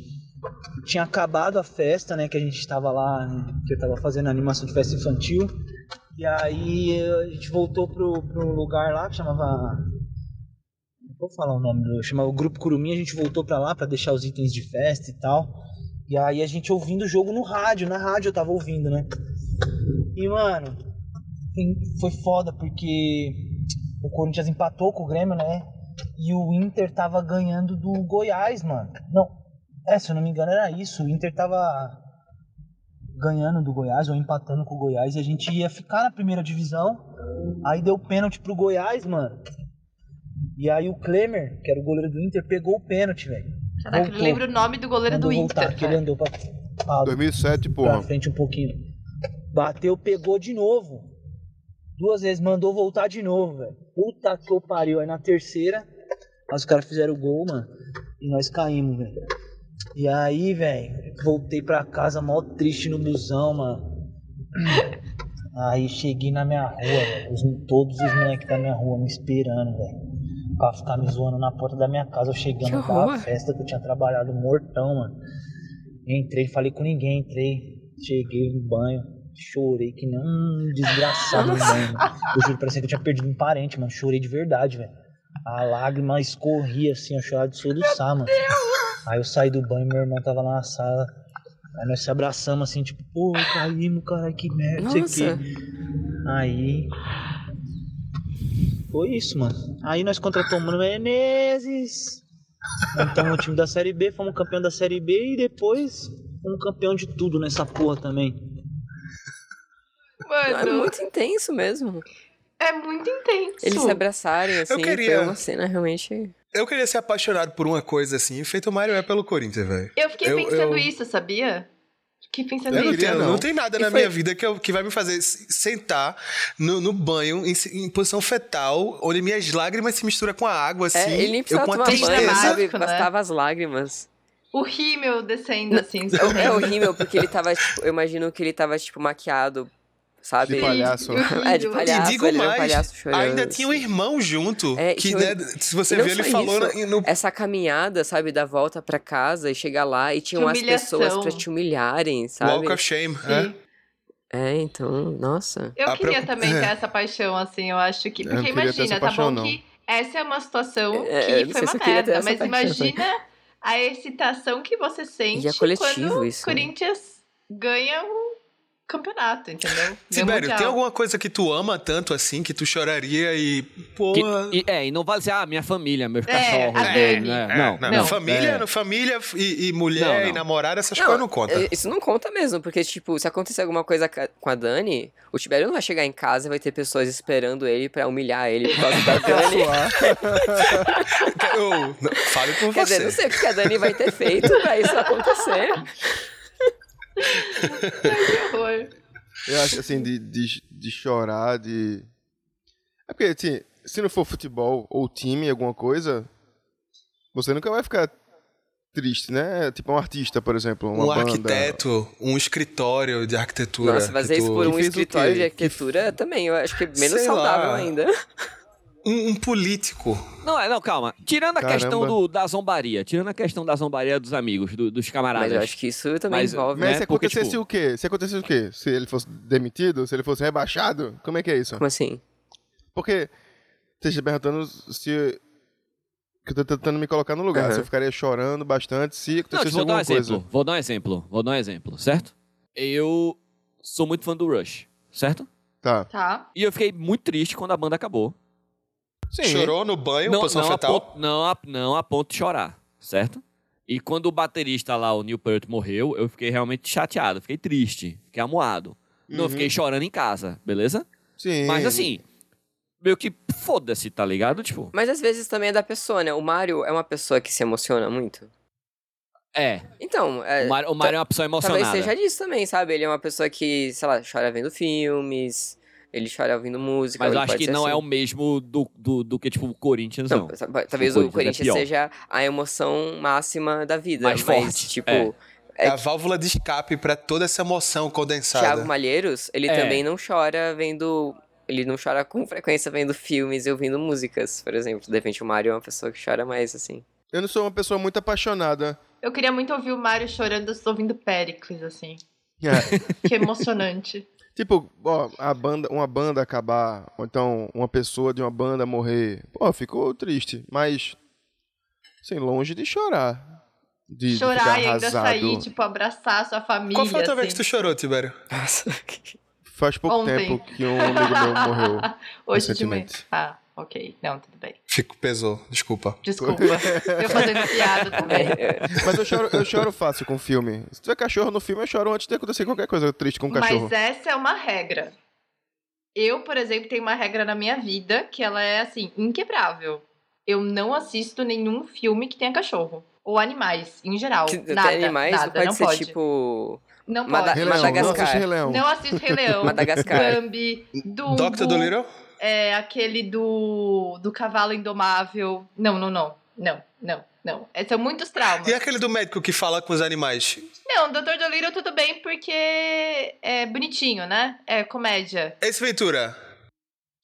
Speaker 9: Tinha acabado a festa, né, que a gente tava lá, né, que eu tava fazendo a animação de festa infantil. E aí eh, a gente voltou pro, pro lugar lá que chamava. não Vou falar o nome do. Chamava o Grupo Curumim, a gente voltou pra lá pra deixar os itens de festa e tal. E aí a gente ouvindo o jogo no rádio, na rádio eu tava ouvindo, né? E mano, foi- foi foda porque o Corinthians empatou com o Grêmio, né? E o Inter tava ganhando do Goiás, mano. Não, é, se eu não me engano era isso. O Inter tava ganhando do Goiás ou empatando com o Goiás e a gente ia ficar na primeira divisão. Aí deu pênalti pro Goiás, mano. E aí o Klemer, que era o goleiro do Inter, pegou o pênalti, velho.
Speaker 2: Caraca, eu
Speaker 9: Voltou.
Speaker 2: lembro o nome do goleiro
Speaker 9: Mandou
Speaker 2: do
Speaker 9: voltar,
Speaker 2: Inter.
Speaker 9: que ele
Speaker 2: velho.
Speaker 9: andou pra, pra
Speaker 3: 2007,
Speaker 9: pra
Speaker 3: porra.
Speaker 9: frente um pouquinho. Bateu, pegou de novo. Duas vezes, mandou voltar de novo, velho. Puta que eu pariu. Aí na terceira, mas os caras fizeram o gol, mano. E nós caímos, velho. E aí, velho, voltei pra casa mó triste no busão, mano. Aí cheguei na minha rua, velho. Os- Todos os moleques da minha rua me esperando, velho. Pra ficar me zoando na porta da minha casa, eu chegando
Speaker 4: tá
Speaker 5: Que
Speaker 9: da
Speaker 5: horror.
Speaker 9: festa que eu tinha trabalhado mortão, mano. Entrei, falei com ninguém, entrei, cheguei no banho, chorei que nem um desgraçado no banho. mano. Eu juro, parecia que eu tinha perdido um parente, mano. Chorei de verdade, velho. A lágrima escorria assim, eu chorava de soluçar, mano. Aí eu saí do banho, meu irmão tava lá na sala. Aí nós se abraçamos assim, tipo, pô, caímos, cara, que merda, não sei o
Speaker 5: Nossa.
Speaker 9: quê. Aí. Foi isso, mano. Aí nós contratamos o Mano Menezes. Então o time da Série B, fomos campeão da Série B e depois fomos campeão de tudo nessa porra também.
Speaker 5: Não, É
Speaker 2: Mano,
Speaker 5: muito intenso mesmo.
Speaker 2: é muito intenso.
Speaker 5: Eles se abraçarem, assim,
Speaker 4: queria-
Speaker 5: foi uma cena realmente...
Speaker 4: Eu queria ser apaixonado por uma coisa assim, feito o Mário é pelo Corinthians, velho.
Speaker 2: Eu fiquei
Speaker 4: Eu-
Speaker 2: pensando
Speaker 4: eu-
Speaker 2: isso, sabia? Fiquei pensando
Speaker 4: Eu não,
Speaker 2: isso.
Speaker 4: tenho,
Speaker 3: não.
Speaker 4: não tem nada
Speaker 5: E
Speaker 4: na
Speaker 5: foi-
Speaker 4: minha vida que, eu- que vai me fazer se- sentar no, no banho, em, se- em posição fetal, onde minhas lágrimas se misturam com a água, assim.
Speaker 5: É, ele nem
Speaker 4: eu
Speaker 5: precisava
Speaker 4: com a
Speaker 5: tomar banho,
Speaker 4: tristeza.
Speaker 5: sabe?
Speaker 2: Dramático, né?
Speaker 5: Bastava as lágrimas.
Speaker 2: O rímel descendo, assim.
Speaker 5: [laughs] É horrível, porque ele tava, tipo, eu imagino que ele tava, tipo, maquiado, sabe?
Speaker 3: De palhaço.
Speaker 5: É,
Speaker 2: assim.
Speaker 5: de palhaço.
Speaker 4: e digo
Speaker 5: ele
Speaker 4: mais,
Speaker 5: era um palhaço chorando.
Speaker 4: ainda tinha um
Speaker 5: assim.
Speaker 4: irmão junto.
Speaker 5: É,
Speaker 4: que,
Speaker 5: então,
Speaker 4: né, se você
Speaker 5: e não
Speaker 4: vê, ele
Speaker 5: só
Speaker 4: falou
Speaker 5: isso,
Speaker 4: no, no-
Speaker 5: Essa caminhada, sabe, da volta pra casa e chegar lá e tinham
Speaker 2: Que
Speaker 5: as pessoas
Speaker 2: humilhação.
Speaker 5: pra te humilharem, sabe?
Speaker 4: Walk of Shame.
Speaker 2: Sim.
Speaker 5: É, então, nossa.
Speaker 2: Eu
Speaker 4: Ah,
Speaker 2: queria
Speaker 4: preocup-
Speaker 2: também
Speaker 4: é.
Speaker 2: ter essa paixão, assim, eu acho que.
Speaker 3: Eu
Speaker 2: Porque
Speaker 3: não queria ter essa
Speaker 2: imagina, tá
Speaker 3: paixão,
Speaker 2: bom
Speaker 3: não.
Speaker 2: que essa é uma situação que
Speaker 5: É, eu não
Speaker 2: foi
Speaker 5: sei
Speaker 2: uma
Speaker 5: se eu queria ter
Speaker 2: merda,
Speaker 5: essa
Speaker 2: mas
Speaker 5: paixão.
Speaker 2: imagina a excitação que você sente
Speaker 5: E é coletivo
Speaker 2: quando
Speaker 5: isso,
Speaker 2: o
Speaker 5: né?
Speaker 2: Corinthians ganha o campeonato, entendeu?
Speaker 4: Sibério,
Speaker 2: Mundial.
Speaker 4: tem alguma coisa que tu ama tanto assim que tu choraria e.
Speaker 1: Que-
Speaker 4: Porra.
Speaker 1: e- é, e não vale ser, ah, minha família, meus
Speaker 2: É,
Speaker 1: cachorros.
Speaker 2: a
Speaker 1: né?
Speaker 2: Dani.
Speaker 1: É,
Speaker 4: É,
Speaker 1: não,
Speaker 4: não,
Speaker 1: não.
Speaker 4: Família,
Speaker 1: É.
Speaker 4: no família e, e mulher
Speaker 1: Não, não.
Speaker 4: e namorada, essas
Speaker 5: Não,
Speaker 4: coisas não conta.
Speaker 5: É, Isso não conta mesmo, porque, tipo, se acontecer alguma coisa ca- com a Dani, o Tibério não vai chegar em casa e vai ter pessoas esperando ele pra humilhar ele por
Speaker 4: [laughs]
Speaker 5: causa da Dani.
Speaker 4: Eu, não, fale por
Speaker 5: Quer
Speaker 4: você.
Speaker 5: dizer, não sei o que a Dani vai ter feito pra isso acontecer.
Speaker 2: Que horror.
Speaker 3: Eu acho assim, de, de, de chorar, de. É porque, assim, se não for futebol ou time, alguma coisa, você nunca vai ficar triste, né? Tipo um artista, por exemplo. Uma
Speaker 4: um
Speaker 3: banda.
Speaker 4: arquiteto, um escritório de arquitetura.
Speaker 5: Nossa, fazer
Speaker 4: que
Speaker 5: isso
Speaker 4: tu-
Speaker 5: por
Speaker 3: Tipo, E
Speaker 5: um
Speaker 3: fez o
Speaker 5: escritório
Speaker 3: quê?
Speaker 5: de arquitetura também, eu acho que é menos
Speaker 4: Sei
Speaker 5: saudável
Speaker 4: lá.
Speaker 5: ainda.
Speaker 4: um, um político.
Speaker 1: Não, é, não, calma. Tirando a
Speaker 3: Caramba.
Speaker 1: questão do- da zombaria, tirando a questão da zombaria dos amigos, do- dos camaradas.
Speaker 5: Mas eu acho que isso também
Speaker 1: Mas-
Speaker 5: envolve,
Speaker 1: né?
Speaker 3: Mas se
Speaker 1: Porque,
Speaker 3: acontecesse
Speaker 1: tipo-
Speaker 3: o quê? Se acontecesse o quê? Se ele fosse demitido? Se ele fosse rebaixado? Como é que é isso?
Speaker 5: Como assim?
Speaker 3: Porque vocês estão perguntando se. Que eu tô tentando me colocar no lugar.
Speaker 5: Aham.
Speaker 3: Se eu ficaria chorando bastante se
Speaker 1: Não,
Speaker 3: acontecesse
Speaker 1: tipo, vou dar um
Speaker 3: alguma
Speaker 1: exemplo.
Speaker 3: coisa.
Speaker 1: Vou dar um exemplo. Vou dar um exemplo, certo? Eu sou muito fã do Rush, certo?
Speaker 3: Tá.
Speaker 2: Tá.
Speaker 1: E eu fiquei muito triste quando a banda acabou.
Speaker 3: Sim.
Speaker 4: Chorou no banho,
Speaker 5: um
Speaker 1: não,
Speaker 4: posição
Speaker 1: não, a
Speaker 4: fetal.
Speaker 1: ponto, não, a, não a ponto de chorar, certo? E quando o baterista lá, o Neil Peart, morreu, eu fiquei realmente chateado, fiquei triste, fiquei amuado. Não
Speaker 3: Uhum.
Speaker 1: fiquei chorando em casa, beleza?
Speaker 3: Sim.
Speaker 1: Mas assim, meio que foda-se, tá ligado? Tipo,
Speaker 5: Mas às vezes também é da pessoa, né? O Mario é uma pessoa que se emociona muito.
Speaker 1: é.
Speaker 5: Então, é,
Speaker 1: o Mário o Mário é uma pessoa
Speaker 5: talvez
Speaker 1: emocionada.
Speaker 5: seja disso também, sabe? Ele é uma pessoa que, sei lá, chora vendo filmes, ele chora ouvindo música.
Speaker 1: Mas
Speaker 5: ele
Speaker 1: eu acho
Speaker 5: pode
Speaker 1: que
Speaker 5: ser
Speaker 1: não é
Speaker 5: assim.
Speaker 1: o mesmo do, do, do que, tipo, o Corinthians, não.
Speaker 5: Não, sa- pa- talvez
Speaker 1: o
Speaker 5: o
Speaker 1: Corinthians é
Speaker 5: Corinthians
Speaker 1: pior.
Speaker 5: seja a emoção máxima da vida.
Speaker 1: Mais
Speaker 5: mas,
Speaker 1: forte,
Speaker 5: tipo,
Speaker 1: é.
Speaker 4: É a válvula de escape pra toda essa emoção condensada.
Speaker 5: Thiago Malheiros, ele
Speaker 1: É.
Speaker 5: também não chora vendo. Ele não chora com frequência vendo filmes e ouvindo músicas, por exemplo. De repente o Mario é uma pessoa que chora mais, assim.
Speaker 3: Eu não sou uma pessoa muito apaixonada.
Speaker 2: Eu queria muito ouvir o Mário chorando, eu tô ouvindo Péricles, assim.
Speaker 1: [laughs]
Speaker 3: É.
Speaker 2: Que
Speaker 3: [laughs]
Speaker 2: emocionante.
Speaker 3: tipo, ó, a banda, uma banda acabar, ou então uma pessoa de uma banda morrer. Pô, ficou triste, mas assim, longe de chorar. De, de
Speaker 2: Chorar
Speaker 3: ficar
Speaker 2: e ainda
Speaker 3: arrasado.
Speaker 2: sair, tipo, abraçar a sua família.
Speaker 4: Qual foi a outra vez que
Speaker 2: assim.
Speaker 4: tu chorou, Tibério?
Speaker 5: Nossa,
Speaker 3: Faz pouco
Speaker 2: Ontem.
Speaker 3: tempo que um amigo meu morreu.
Speaker 2: [laughs] Hoje de manhã.
Speaker 3: recentemente.
Speaker 2: Ah, ok. Não, tudo bem.
Speaker 4: Fico pesou, desculpa.
Speaker 2: Desculpa. eu fazendo piada
Speaker 5: É,
Speaker 3: [laughs]
Speaker 2: também.
Speaker 3: Mas eu choro, eu choro fácil com filme. Se tiver cachorro no filme, eu choro antes de acontecer qualquer coisa triste com o Um cachorro.
Speaker 2: Mas essa é uma regra. Eu, por exemplo, tenho uma regra na minha vida que ela é assim, inquebrável. Eu não assisto nenhum filme que tenha cachorro. Ou animais, em geral.
Speaker 5: que
Speaker 2: nada,
Speaker 5: tem animais,
Speaker 2: nada,
Speaker 5: não pode ser
Speaker 2: pode.
Speaker 5: tipo.
Speaker 2: Não
Speaker 5: Mada-
Speaker 2: pode.
Speaker 3: Rei Leão, não
Speaker 5: Madagascar.
Speaker 3: assiste Rei Leão.
Speaker 2: é Não assisto Rei
Speaker 3: [laughs]
Speaker 2: Leão.
Speaker 5: Madagascar.
Speaker 2: Bambi, Dumbo,
Speaker 4: Doctor Dolittle?
Speaker 2: é, aquele do, do cavalo indomável. Não, não, não. Não, não, não. É, são muitos traumas.
Speaker 4: E aquele do médico que fala com os animais?
Speaker 2: Não, Doutor Dolittle tudo bem porque é bonitinho, né? É comédia.
Speaker 4: Esse Ventura?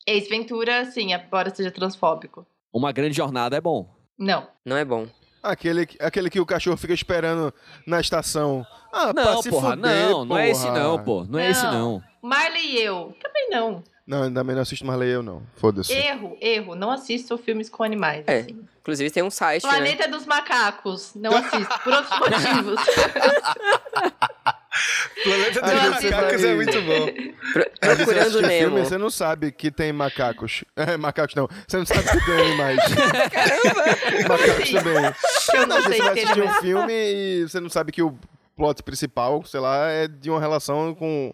Speaker 2: Ace Ventura, sim, embora seja transfóbico.
Speaker 1: Uma grande jornada é bom.
Speaker 2: Não.
Speaker 5: Não é bom.
Speaker 3: Aquele, aquele que o cachorro fica esperando na estação. Ah, pra
Speaker 1: Não,
Speaker 3: se
Speaker 1: porra,
Speaker 3: fuder,
Speaker 1: não. Não é esse
Speaker 3: porra.
Speaker 1: não, pô. Não é esse não.
Speaker 2: Marley e eu. Também não.
Speaker 3: Não, ainda bem não assisto mais Leão, não. Foda-se.
Speaker 2: Erro, erro. Não assisto filmes com animais.
Speaker 5: É.
Speaker 2: assim.
Speaker 5: Inclusive tem um site, né?
Speaker 2: Planeta dos Macacos. Não assisto. Por
Speaker 4: [laughs]
Speaker 2: outros motivos.
Speaker 4: Planeta dos
Speaker 3: Aí você
Speaker 4: Macacos
Speaker 3: vai-
Speaker 4: é muito bom.
Speaker 5: Pro-
Speaker 3: Aí você
Speaker 5: procurando
Speaker 3: assiste o
Speaker 5: Nemo.
Speaker 3: filme, você não sabe que tem macacos. É, macacos não. Você não sabe que
Speaker 2: [laughs]
Speaker 3: tem animais. macacos
Speaker 2: Sim.
Speaker 3: também.
Speaker 2: Eu não
Speaker 3: Às
Speaker 2: sei
Speaker 3: vezes você vai assistir
Speaker 2: entender.
Speaker 3: um filme e você não sabe que o plot principal, sei lá, é de uma relação com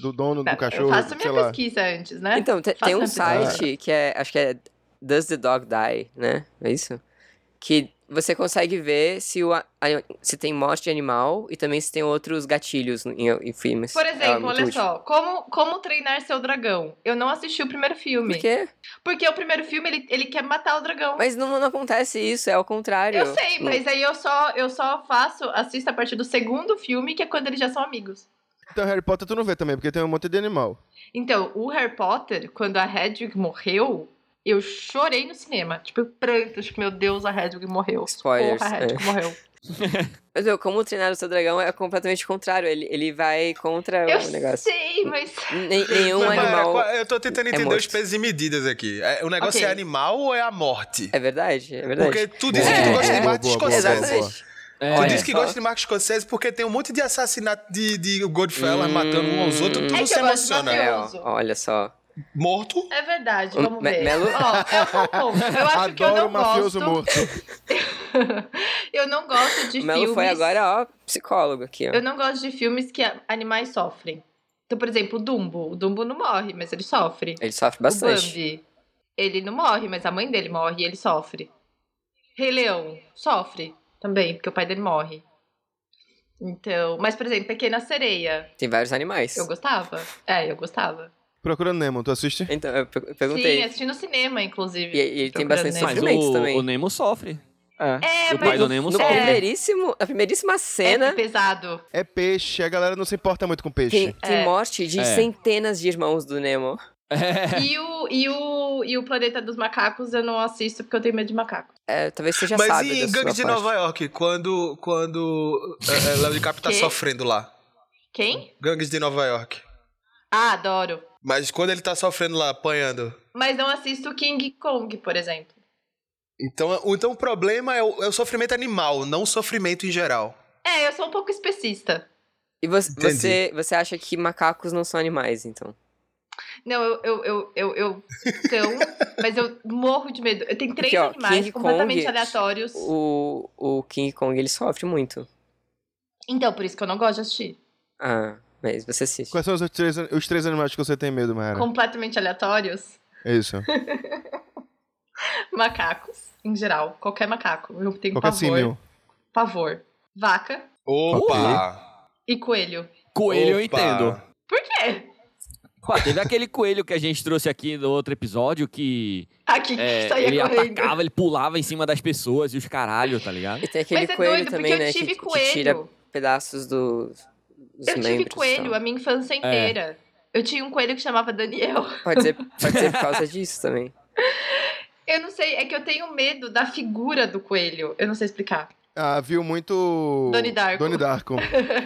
Speaker 3: do dono do Um cachorro,
Speaker 2: Eu faço
Speaker 3: sei
Speaker 2: minha
Speaker 3: lá.
Speaker 2: pesquisa antes, né?
Speaker 5: Então, te-
Speaker 2: Faço
Speaker 5: tem um
Speaker 2: minha pesquisa.
Speaker 5: site que é. Acho que é Does the Dog Die, né? É isso? Que você consegue ver se, o, a- a- se tem morte de animal e também se tem outros gatilhos em, em filmes.
Speaker 2: Por
Speaker 5: É
Speaker 2: exemplo,
Speaker 5: muito
Speaker 2: olha
Speaker 5: útil.
Speaker 2: só, como, como treinar seu dragão? Eu não assisti o primeiro filme.
Speaker 5: Por quê?
Speaker 2: Porque o primeiro filme, ele, ele quer matar o dragão.
Speaker 5: Mas não, não acontece isso, é ao contrário.
Speaker 2: Eu sei,
Speaker 5: Não-
Speaker 2: mas aí eu só, eu só faço, assisto a partir do segundo filme, que é quando eles já são amigos.
Speaker 3: Então, Harry Potter tu não vê também, porque tem um monte de animal.
Speaker 2: Então, o Harry Potter, quando a Hedwig morreu, eu chorei no cinema. Tipo, eu pranto, tipo, meu Deus, a Hedwig morreu.
Speaker 5: Spoilers,
Speaker 2: Porra, a Hedwig
Speaker 5: é. [laughs]
Speaker 2: morreu.
Speaker 5: Mas meu, como treinar o seu dragão é completamente contrário. Ele, ele vai contra
Speaker 2: Eu
Speaker 5: o É um negócio.
Speaker 2: sei, mas.
Speaker 5: Nem- nenhum
Speaker 4: Mas, Mayara,
Speaker 5: É um animal.
Speaker 4: qual- eu tô tentando
Speaker 5: é
Speaker 4: entender
Speaker 5: morto.
Speaker 4: os pesos e medidas aqui. É, o negócio
Speaker 2: Ok.
Speaker 4: é animal ou é a morte?
Speaker 5: É verdade, é verdade.
Speaker 4: Porque
Speaker 3: Boa,
Speaker 4: tu disse que tu
Speaker 5: boa,
Speaker 4: gosta de
Speaker 5: boa,
Speaker 4: Martin
Speaker 3: boa, boa,
Speaker 4: Scorsese.
Speaker 3: boa, boa.
Speaker 5: Exatamente.
Speaker 1: É,
Speaker 4: Tu
Speaker 5: Olha,
Speaker 4: disse que
Speaker 5: só-
Speaker 4: gosta de Martin Scorsese porque tem um monte de assassinato de, de Godfellas
Speaker 5: Hum.
Speaker 4: matando um aos outros. Tu
Speaker 2: É
Speaker 4: não
Speaker 2: que
Speaker 4: se
Speaker 2: eu gosto de
Speaker 4: emociona.
Speaker 2: Mateus.
Speaker 5: É, ó, olha só.
Speaker 4: Morto?
Speaker 2: É verdade,
Speaker 5: Ô,
Speaker 2: vamos
Speaker 5: Hum, Me-
Speaker 2: ver.
Speaker 5: Melo-
Speaker 2: Ó, é um bom ponto.
Speaker 3: [laughs]
Speaker 2: Eu acho que eu
Speaker 3: Adoro
Speaker 2: não
Speaker 3: o mafioso
Speaker 2: gosto.
Speaker 3: morto.
Speaker 2: [laughs] eu não gosto de
Speaker 5: O Melo
Speaker 2: filmes.
Speaker 5: foi agora, ó, psicólogo aqui, ó.
Speaker 2: Eu não gosto de filmes que a- animais sofrem. Então, por exemplo, o Dumbo. O Dumbo não morre, mas ele sofre.
Speaker 5: Ele sofre bastante.
Speaker 2: O Bambi. Ele não morre, mas a mãe dele morre e ele sofre. Rei Leão sofre também, porque o pai dele morre. Então, mas por exemplo, Pequena Sereia,
Speaker 5: Tem vários animais.
Speaker 2: eu gostava. É, eu gostava.
Speaker 3: Procurando Nemo, tu assiste?
Speaker 5: Então, eu per- eu
Speaker 2: Sim, é tipo
Speaker 5: perguntei.
Speaker 2: assisti no cinema, inclusive.
Speaker 5: E- e ele tem
Speaker 2: Procurando
Speaker 5: bastante
Speaker 2: Nemo.
Speaker 1: Mas
Speaker 5: Sofrimentos
Speaker 1: o,
Speaker 5: também.
Speaker 1: o Nemo sofre.
Speaker 2: É,
Speaker 1: o
Speaker 2: mas
Speaker 1: pai do Nemo
Speaker 5: no
Speaker 1: sofre.
Speaker 5: primeiríssimo, na primeiríssima
Speaker 2: é
Speaker 5: cena, [laughs]
Speaker 2: pesado.
Speaker 3: É peixe, a galera não se importa muito com peixe.
Speaker 5: tem, tem
Speaker 2: É.
Speaker 5: morte de
Speaker 1: É.
Speaker 5: centenas de irmãos do Nemo.
Speaker 1: É.
Speaker 2: E o, e, o, e o Planeta dos Macacos eu não assisto porque eu tenho medo de macaco.
Speaker 5: É, talvez seja
Speaker 4: Mas
Speaker 5: sábio
Speaker 4: e
Speaker 5: da
Speaker 4: em
Speaker 5: sua
Speaker 4: Gangue de
Speaker 5: parte.
Speaker 4: Nova York? Quando, quando é, é, Léo DiCaprio tá
Speaker 2: Quê?
Speaker 4: sofrendo lá?
Speaker 2: Quem?
Speaker 4: Gangues de Nova York.
Speaker 2: Ah, adoro.
Speaker 4: Mas quando ele tá sofrendo lá, apanhando.
Speaker 2: Mas não assisto King Kong, por exemplo.
Speaker 4: Então, o- então o problema é o, é o sofrimento animal, não o sofrimento em geral.
Speaker 2: É, eu sou um pouco especista.
Speaker 5: E você,
Speaker 4: Entendi.
Speaker 5: você, você acha que macacos não são animais, então?
Speaker 2: Não, eu. eu, eu, eu, eu
Speaker 5: [laughs]
Speaker 2: então, mas eu morro de medo. Eu tenho três
Speaker 5: Porque, ó,
Speaker 2: animais
Speaker 5: King
Speaker 2: completamente
Speaker 5: Kong, é tipo
Speaker 2: aleatórios.
Speaker 5: O, o King Kong, ele sofre muito.
Speaker 2: Então, por isso que eu não gosto de assistir.
Speaker 5: Ah, mas você assiste.
Speaker 3: Quais são os três, os três animais que você tem medo, Mayara?
Speaker 2: Completamente aleatórios.
Speaker 3: É isso.
Speaker 2: [laughs] Macacos, em geral. Qualquer macaco. Eu tenho
Speaker 3: Qualquer
Speaker 2: pavor.
Speaker 3: símil.
Speaker 2: Pavor. Vaca
Speaker 4: Opa!
Speaker 2: e coelho.
Speaker 1: Coelho eu
Speaker 4: Opa!
Speaker 1: entendo.
Speaker 2: Por quê?
Speaker 1: Pô, teve aquele coelho que a gente trouxe aqui no outro episódio que
Speaker 2: Aqui Ah, que
Speaker 1: é,
Speaker 2: [laughs] saía
Speaker 1: ele
Speaker 2: correndo.
Speaker 1: atacava, ele pulava em cima das pessoas e os caralho, tá
Speaker 5: [laughs]
Speaker 1: ligado?
Speaker 5: E tem aquele
Speaker 2: Mas é
Speaker 5: coelho
Speaker 2: doido,
Speaker 5: também,
Speaker 2: porque
Speaker 5: né?
Speaker 2: eu tive
Speaker 5: que, que
Speaker 2: coelho.
Speaker 5: tira pedaços do, dos
Speaker 2: eu tive
Speaker 5: membros e
Speaker 2: coelho
Speaker 5: tal. É.
Speaker 2: a minha infância inteira. Eu tinha um coelho que chamava Daniel.
Speaker 5: Pode ser, pode ser por causa disso também.
Speaker 2: Eu não sei, é que eu tenho medo da figura do coelho. Eu não sei explicar.
Speaker 3: Ah, viu muito.
Speaker 2: Donnie Darko. [laughs]
Speaker 3: Donnie Darko.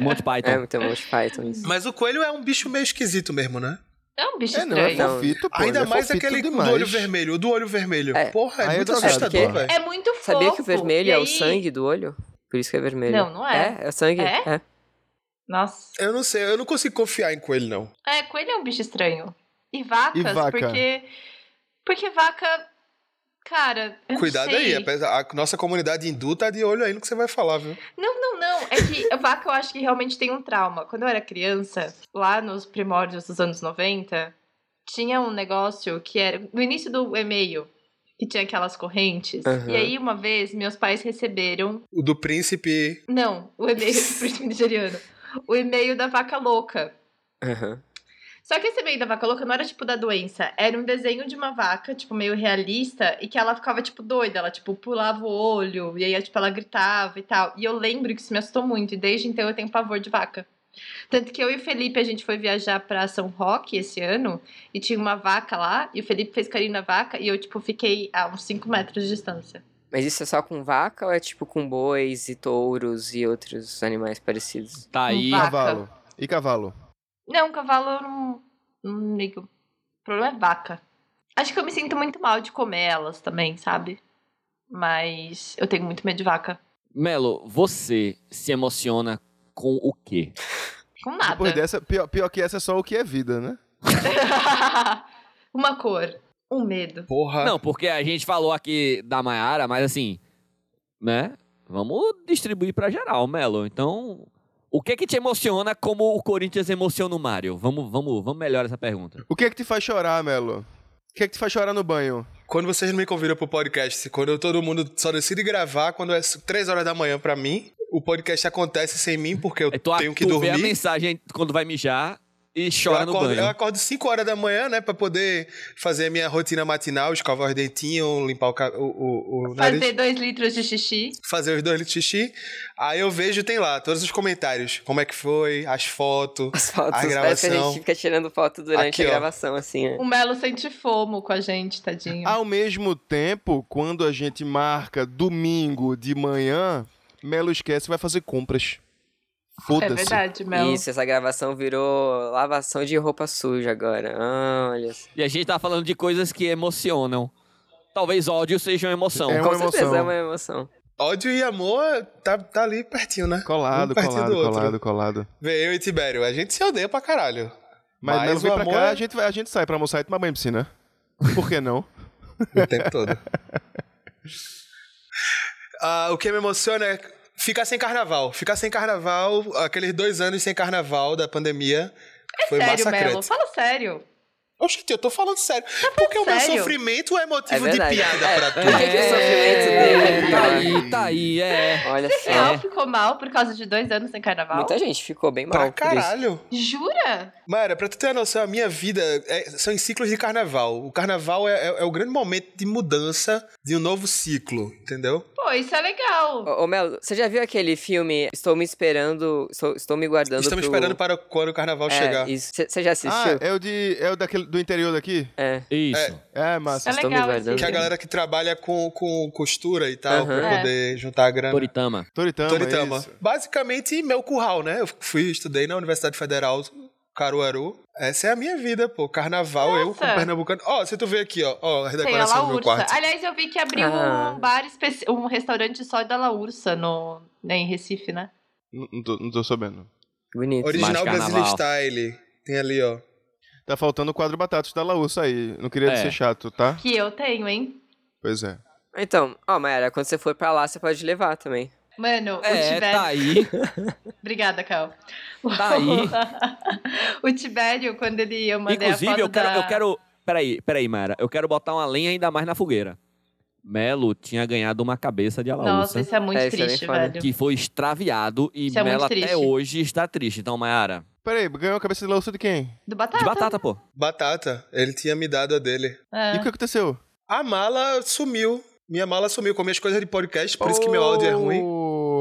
Speaker 1: Monty
Speaker 5: É,
Speaker 1: Python.
Speaker 5: muito Monty Python então, isso.
Speaker 4: Mas o coelho é um bicho meio esquisito mesmo, né?
Speaker 2: É um bicho
Speaker 3: É, não, é
Speaker 2: estranho.
Speaker 5: Não.
Speaker 3: fofito, pô.
Speaker 4: Ainda
Speaker 3: ele é
Speaker 4: mais
Speaker 3: fofito
Speaker 4: aquele
Speaker 3: demais.
Speaker 4: do olho vermelho. O do olho vermelho.
Speaker 5: É.
Speaker 4: Porra, é
Speaker 3: Aí é
Speaker 4: muito
Speaker 3: drogado,
Speaker 4: assustador,
Speaker 5: pô.
Speaker 4: velho.
Speaker 2: É muito fofo.
Speaker 5: Sabia que o
Speaker 2: e
Speaker 5: vermelho é o
Speaker 2: aí-
Speaker 5: sangue do olho? Por isso que é vermelho.
Speaker 2: Não, não é.
Speaker 5: É, é o sangue?
Speaker 2: É? Nossa.
Speaker 4: Eu não sei, eu não consigo confiar em coelho, não.
Speaker 2: É, coelho é um bicho estranho. E vacas,
Speaker 3: E vaca?
Speaker 2: porque. Porque vaca. Cara, eu não
Speaker 4: Cuidado
Speaker 2: sei.
Speaker 4: aí, é apesar- a nossa comunidade hindu tá de olho aí no que você vai falar, viu?
Speaker 2: Não, não, não. É que a vaca eu acho que realmente tem um trauma. Quando eu era criança, lá nos primórdios dos anos 90, tinha um negócio que era no início do e-mail, que tinha aquelas correntes.
Speaker 5: Aham.
Speaker 2: E aí, uma vez, meus pais receberam.
Speaker 4: O do príncipe.
Speaker 2: Não, o e-mail do príncipe nigeriano. O e-mail da vaca louca.
Speaker 5: Aham.
Speaker 2: Só que esse meio da vaca louca não era tipo da doença, era um desenho de uma vaca, tipo, meio realista, e que ela ficava, tipo, doida, ela, tipo, pulava o olho, e aí, tipo, ela gritava e tal. E eu lembro que isso me assustou muito, e desde então eu tenho pavor de vaca. Tanto que eu e o Felipe, a gente foi viajar pra São Roque esse ano, e tinha uma vaca lá, e o Felipe fez carinho na vaca, e eu, tipo, fiquei a uns 5 metros de distância.
Speaker 5: Mas isso é só com vaca ou é tipo com bois e touros e outros animais parecidos? [laughs]
Speaker 1: Tá aí.
Speaker 2: Vaca.
Speaker 3: Cavalo. E cavalo.
Speaker 2: Não, cavalo eu não, não ligo. O problema é vaca. Acho que eu me sinto muito mal de comer elas também, sabe? Mas eu tenho muito medo de vaca.
Speaker 1: Melo, você se emociona com o quê?
Speaker 2: Com nada.
Speaker 3: Depois
Speaker 4: né?
Speaker 3: dessa, pior, pior que essa é só o que é vida, né?
Speaker 2: [laughs] Uma cor. Um medo.
Speaker 4: Porra.
Speaker 1: Não, porque a gente falou aqui da Maiara, mas assim, né? Vamos distribuir pra geral, Melo. Então, o que que te emociona como o Corinthians emociona o Mário? Vamos, vamos, vamos melhorar essa pergunta.
Speaker 3: O que é que te faz chorar, Melo? O que é que te faz chorar no banho?
Speaker 4: Quando vocês não me convidam pro podcast, quando eu- todo mundo só decide gravar, quando é 3 horas da manhã pra mim, o podcast acontece sem mim, porque eu
Speaker 1: É, tu, a-
Speaker 4: tenho que
Speaker 1: tu vê a
Speaker 4: dormir.
Speaker 1: mensagem quando vai mijar, E chora
Speaker 4: eu
Speaker 1: no
Speaker 4: acordo,
Speaker 1: banho.
Speaker 4: Eu acordo 5 horas da manhã, né? Pra poder fazer a minha rotina matinal, escovar os dentinhos, limpar o, ca- o, o, o nariz.
Speaker 2: Fazer dois litros de xixi.
Speaker 4: fazer os dois litros de xixi. Aí eu vejo, tem lá, todos os comentários. Como é que foi, as fotos,
Speaker 5: As fotos.
Speaker 4: a
Speaker 5: Parece que a
Speaker 4: gravação.
Speaker 5: gente fica tirando foto durante
Speaker 4: Aqui,
Speaker 5: a
Speaker 4: ó.
Speaker 5: gravação, assim. né?
Speaker 2: O Melo sente fomo com a gente, tadinho.
Speaker 4: Ah,
Speaker 3: Ao mesmo tempo, quando a gente marca domingo de manhã, Melo esquece e vai fazer compras.
Speaker 2: é
Speaker 3: Foda-se.
Speaker 2: verdade, Melo.
Speaker 5: Isso, essa gravação virou lavação de roupa suja agora. Ah, olha só.
Speaker 1: E a gente tá falando de coisas que emocionam. Talvez ódio seja uma emoção.
Speaker 3: É
Speaker 5: Com
Speaker 4: um
Speaker 3: uma
Speaker 5: certeza
Speaker 3: emoção.
Speaker 5: é uma emoção.
Speaker 4: Ódio e amor tá, tá ali pertinho, né?
Speaker 3: Colado,
Speaker 4: Um pertinho
Speaker 3: colado,
Speaker 4: do outro.
Speaker 3: colado, colado.
Speaker 4: Vê, eu e Tibério, a gente se odeia pra caralho.
Speaker 3: Mas, Melo
Speaker 4: o
Speaker 3: vem pra
Speaker 4: amor
Speaker 3: cá,
Speaker 4: é
Speaker 3: a, gente vai, a gente sai pra almoçar e tomar banho de piscina. Por que não?
Speaker 4: o tempo todo. [laughs] Ah, o que me emociona é ficar sem carnaval. Ficar sem carnaval, aqueles dois anos sem carnaval da pandemia, foi
Speaker 2: É sério, Melo.
Speaker 4: massacrante.
Speaker 2: Fala sério.
Speaker 4: Oxente, eu tô falando sério. Porque o meu
Speaker 2: Tá sério?
Speaker 4: sofrimento é
Speaker 5: É
Speaker 4: motivo de
Speaker 5: verdade.
Speaker 4: piada
Speaker 5: é,
Speaker 4: pra
Speaker 5: por
Speaker 4: tu.
Speaker 5: que que o sofrimento dele é
Speaker 4: né?
Speaker 1: tá
Speaker 5: pior?
Speaker 1: aí, tá aí, é.
Speaker 5: Olha
Speaker 2: Real
Speaker 5: só.
Speaker 2: ficou mal por causa de dois anos sem carnaval?
Speaker 5: Muita gente ficou bem
Speaker 4: Pra
Speaker 5: mal por isso.
Speaker 4: caralho.
Speaker 2: Jura?
Speaker 4: Mara, pra tu ter uma noção, a minha vida é- são em ciclos de carnaval. O carnaval é, é- é o grande momento de mudança de um novo ciclo, entendeu?
Speaker 2: Pô, isso é legal.
Speaker 5: Ô, ô, Melo, você já viu aquele filme Estou me esperando, estou, estou me guardando
Speaker 4: Estamos
Speaker 5: pro...
Speaker 4: esperando para quando o carnaval chegar.
Speaker 5: É, isso. Você você
Speaker 3: Ah,
Speaker 5: já assistiu?
Speaker 3: é o, de, é o daquele, do interior daqui?
Speaker 5: é.
Speaker 1: Isso.
Speaker 3: É, massa.
Speaker 2: é
Speaker 5: estão me
Speaker 2: legal.
Speaker 5: guardando.
Speaker 2: esse
Speaker 4: Que é a
Speaker 2: filme.
Speaker 4: galera que trabalha com, com costura e tal,
Speaker 5: Aham.
Speaker 4: pra
Speaker 2: É.
Speaker 4: poder juntar a grana.
Speaker 1: Toritama.
Speaker 3: Toritama,
Speaker 4: Toritama.
Speaker 3: isso.
Speaker 4: Basicamente, meu curral, né? Eu fui, estudei na Universidade Federal Caruaru. Essa é a minha vida, pô. Carnaval, eu
Speaker 2: Nossa.
Speaker 4: com Pernambucano. Ó, se tu vê aqui, ó, ó a
Speaker 2: Tem a La
Speaker 4: decoração do meu
Speaker 2: Ursa.
Speaker 4: quarto.
Speaker 2: Aliás, eu vi que abriu
Speaker 5: Ah.
Speaker 2: um bar especi... um restaurante só da La Ursa no... em Recife, né?
Speaker 3: Não, não tô, não tô sabendo.
Speaker 5: Bonito.
Speaker 4: Original
Speaker 1: Mais carnaval.
Speaker 4: Brasília Style. Tem ali, ó.
Speaker 3: Tá faltando o quadro Batatas da Laúça aí. Não queria
Speaker 1: É.
Speaker 3: ser chato, tá?
Speaker 2: Que eu tenho, hein?
Speaker 3: Pois é.
Speaker 5: Então, ó, Mayara, quando você for pra lá, você pode levar também.
Speaker 2: Mano, o
Speaker 1: É,
Speaker 2: Tibério.
Speaker 1: tá aí.
Speaker 2: Obrigada, Cal.
Speaker 1: Tá aí.
Speaker 2: [laughs] o Tibério, quando ele eu mandei a
Speaker 1: Inclusive,
Speaker 2: foto
Speaker 1: eu quero,
Speaker 2: da-
Speaker 1: eu quero. Peraí, peraí, Mara. Eu quero botar uma lenha ainda mais na fogueira. Melo tinha ganhado uma cabeça de
Speaker 2: Nossa,
Speaker 1: alaúça
Speaker 2: isso é muito
Speaker 5: É, isso é bem
Speaker 2: triste,
Speaker 5: foda.
Speaker 2: velho.
Speaker 1: que foi extraviado e
Speaker 2: Isso é muito
Speaker 1: Melo até
Speaker 2: triste.
Speaker 1: hoje está triste. Então, Mayara,
Speaker 3: Peraí, ganhou a cabeça de Laúça de quem?
Speaker 2: Do batata.
Speaker 1: de batata, pô.
Speaker 4: Batata. Ele tinha me dado a dele.
Speaker 2: É.
Speaker 3: E o que aconteceu?
Speaker 4: A mala sumiu. Minha mala sumiu com minhas coisas de podcast, por isso que meu áudio é
Speaker 2: Oh.
Speaker 4: ruim.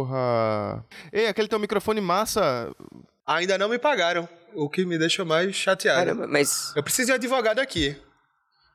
Speaker 3: Porra. Ei, aquele teu microfone massa.
Speaker 4: Ainda não me pagaram, o que me deixa mais chateado.
Speaker 5: Caramba, mas...
Speaker 4: Eu preciso de um advogado aqui.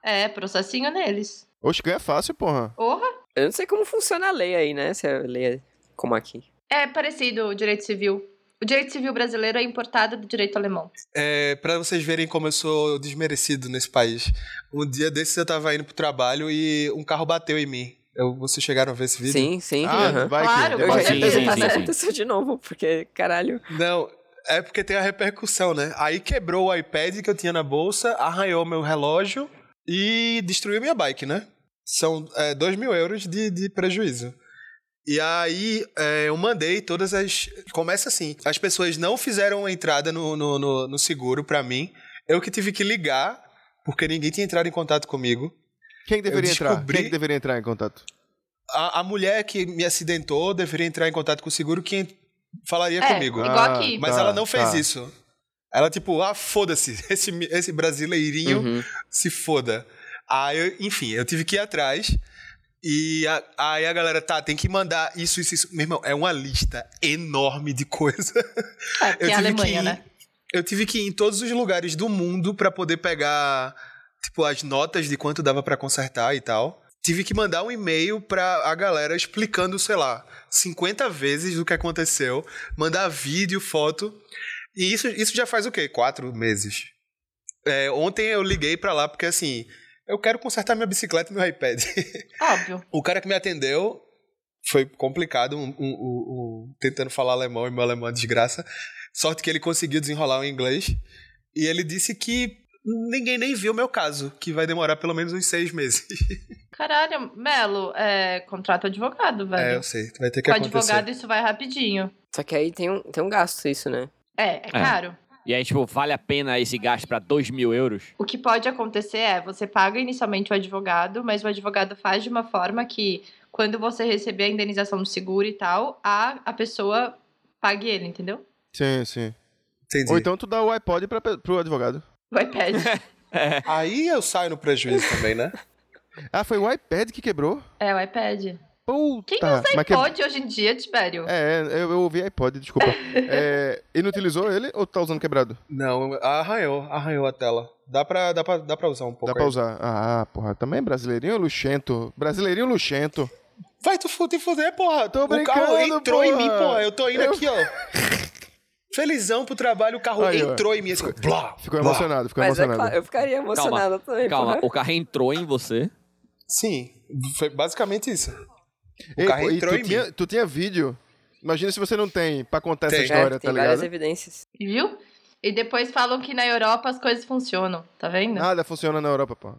Speaker 2: É, processinho neles.
Speaker 3: Oxe, ganha fácil, porra.
Speaker 2: Porra!
Speaker 5: Eu não sei como funciona a lei aí, né? Se a lei é como aqui.
Speaker 2: É parecido o direito civil. O direito civil brasileiro é importado do direito alemão.
Speaker 4: É, para vocês verem como eu sou desmerecido nesse país. Um dia desses eu tava indo pro trabalho e um carro bateu em mim. Eu, vocês chegaram a ver esse vídeo?
Speaker 5: Sim, sim.
Speaker 3: Ah,
Speaker 5: aham.
Speaker 3: vai
Speaker 2: Claro,
Speaker 3: que...
Speaker 5: Eu já
Speaker 1: Sim,
Speaker 5: ia perguntar
Speaker 1: sim,
Speaker 5: se
Speaker 1: sim.
Speaker 5: aconteceu de novo, porque, caralho...
Speaker 4: Não, é porque tem a repercussão, né? Aí quebrou o iPad que eu tinha na bolsa, arranhou meu relógio e destruiu minha bike, né? São 2 mil euros de, de prejuízo. E aí é, eu mandei todas as. Começa assim: as pessoas não fizeram a entrada no, no, no- no seguro pra mim. Eu que tive que ligar, porque ninguém tinha entrado em contato comigo.
Speaker 3: Quem que deveria
Speaker 4: Eu
Speaker 3: entrar?
Speaker 4: descobri-
Speaker 3: Quem que deveria entrar em contato?
Speaker 4: A, a mulher que me acidentou deveria entrar em contato com o seguro, que en- falaria
Speaker 2: É,
Speaker 4: comigo.
Speaker 2: Igual aqui.
Speaker 4: Mas
Speaker 3: tá,
Speaker 4: ela não fez
Speaker 3: tá.
Speaker 4: isso. Ela, tipo, ah, foda-se, [laughs] esse, mi- esse brasileirinho
Speaker 5: Uhum.
Speaker 4: se foda. Aí, eu- enfim, eu tive que ir atrás. E a- aí a galera, tá, tem que mandar isso, isso, isso. Meu irmão, é uma lista enorme de coisa.
Speaker 2: É, porque é a
Speaker 4: tive que
Speaker 2: Alemanha,
Speaker 4: ir-
Speaker 2: né?
Speaker 4: Eu tive que ir em todos os lugares do mundo pra poder pegar, tipo, as notas de quanto dava pra consertar e tal. Tive que mandar um e-mail pra a galera explicando, sei lá, 50 vezes do que aconteceu, mandar vídeo, foto. E isso, isso já faz o quê? Quatro meses. É, ontem eu liguei pra lá porque, assim, eu quero consertar minha bicicleta e meu iPad.
Speaker 2: Óbvio.
Speaker 4: O cara que me atendeu foi complicado, um, um- um- um- tentando falar alemão e meu alemão é desgraça. Sorte que ele conseguiu desenrolar o inglês. E ele disse que ninguém nem viu o meu caso, que vai demorar pelo menos uns seis meses.
Speaker 2: Caralho, Melo, é, contrata advogado,
Speaker 4: É,
Speaker 2: velho.
Speaker 4: eu sei, vai ter que
Speaker 2: Com
Speaker 4: acontecer.
Speaker 2: advogado isso vai rapidinho.
Speaker 5: Só que aí tem um, tem um gasto isso, né?
Speaker 2: É, é caro.
Speaker 1: E aí, tipo, vale a pena esse gasto pra 2 mil euros?
Speaker 2: O que pode acontecer é você paga inicialmente o advogado, mas o advogado faz de uma forma que, quando você receber a indenização do seguro e tal, a, a pessoa pague ele, entendeu?
Speaker 3: Sim, sim.
Speaker 4: Entendi.
Speaker 3: Ou então tu dá o iPod pra, pe- pro advogado.
Speaker 2: O iPad.
Speaker 4: Aí eu saio no prejuízo também, né?
Speaker 3: Ah, foi o iPad que quebrou?
Speaker 2: É, o iPad.
Speaker 3: Puta!
Speaker 2: Quem usa
Speaker 3: Tá, mas que-
Speaker 2: iPod hoje em dia, Tibério?
Speaker 3: É, eu, eu ouvi iPod, desculpa.
Speaker 4: [laughs]
Speaker 3: É, inutilizou ele ou tá usando quebrado?
Speaker 4: Não, arranhou, arranhou a tela. Dá pra, dá pra, dá pra usar um pouco.
Speaker 3: Dá pra
Speaker 4: aí.
Speaker 3: usar. Ah, porra, também brasileirinho luxento. Brasileirinho luxento.
Speaker 4: Vai tu fuder, fuder, porra.
Speaker 3: Tô
Speaker 4: o carro
Speaker 3: brincando,
Speaker 4: entrou em
Speaker 3: porra.
Speaker 4: mim, porra. Eu tô indo
Speaker 3: Eu-
Speaker 4: aqui, ó. Felizão pro trabalho, o carro
Speaker 3: Aí, ó.
Speaker 4: entrou em mim. Assim, blá,
Speaker 3: Ficou
Speaker 4: blá.
Speaker 3: emocionado, ficou
Speaker 5: Mas é
Speaker 3: emocionado.
Speaker 5: claro, eu ficaria emocionada também,
Speaker 1: Calma,
Speaker 5: porra.
Speaker 1: o carro entrou em você.
Speaker 4: Sim, foi basicamente isso.
Speaker 3: Ei,
Speaker 4: carro
Speaker 3: pô, e
Speaker 4: entrou
Speaker 3: tu
Speaker 4: em mim.
Speaker 3: tinha, tu tinha vídeo? Imagina se você não tem pra contar essa
Speaker 4: Tem.
Speaker 5: É,
Speaker 3: história,
Speaker 5: tem
Speaker 3: tá
Speaker 5: várias
Speaker 3: ligado?
Speaker 5: evidências.
Speaker 2: Viu? E depois falam que na Europa as coisas funcionam, tá vendo?
Speaker 3: Nada funciona na Europa, pô.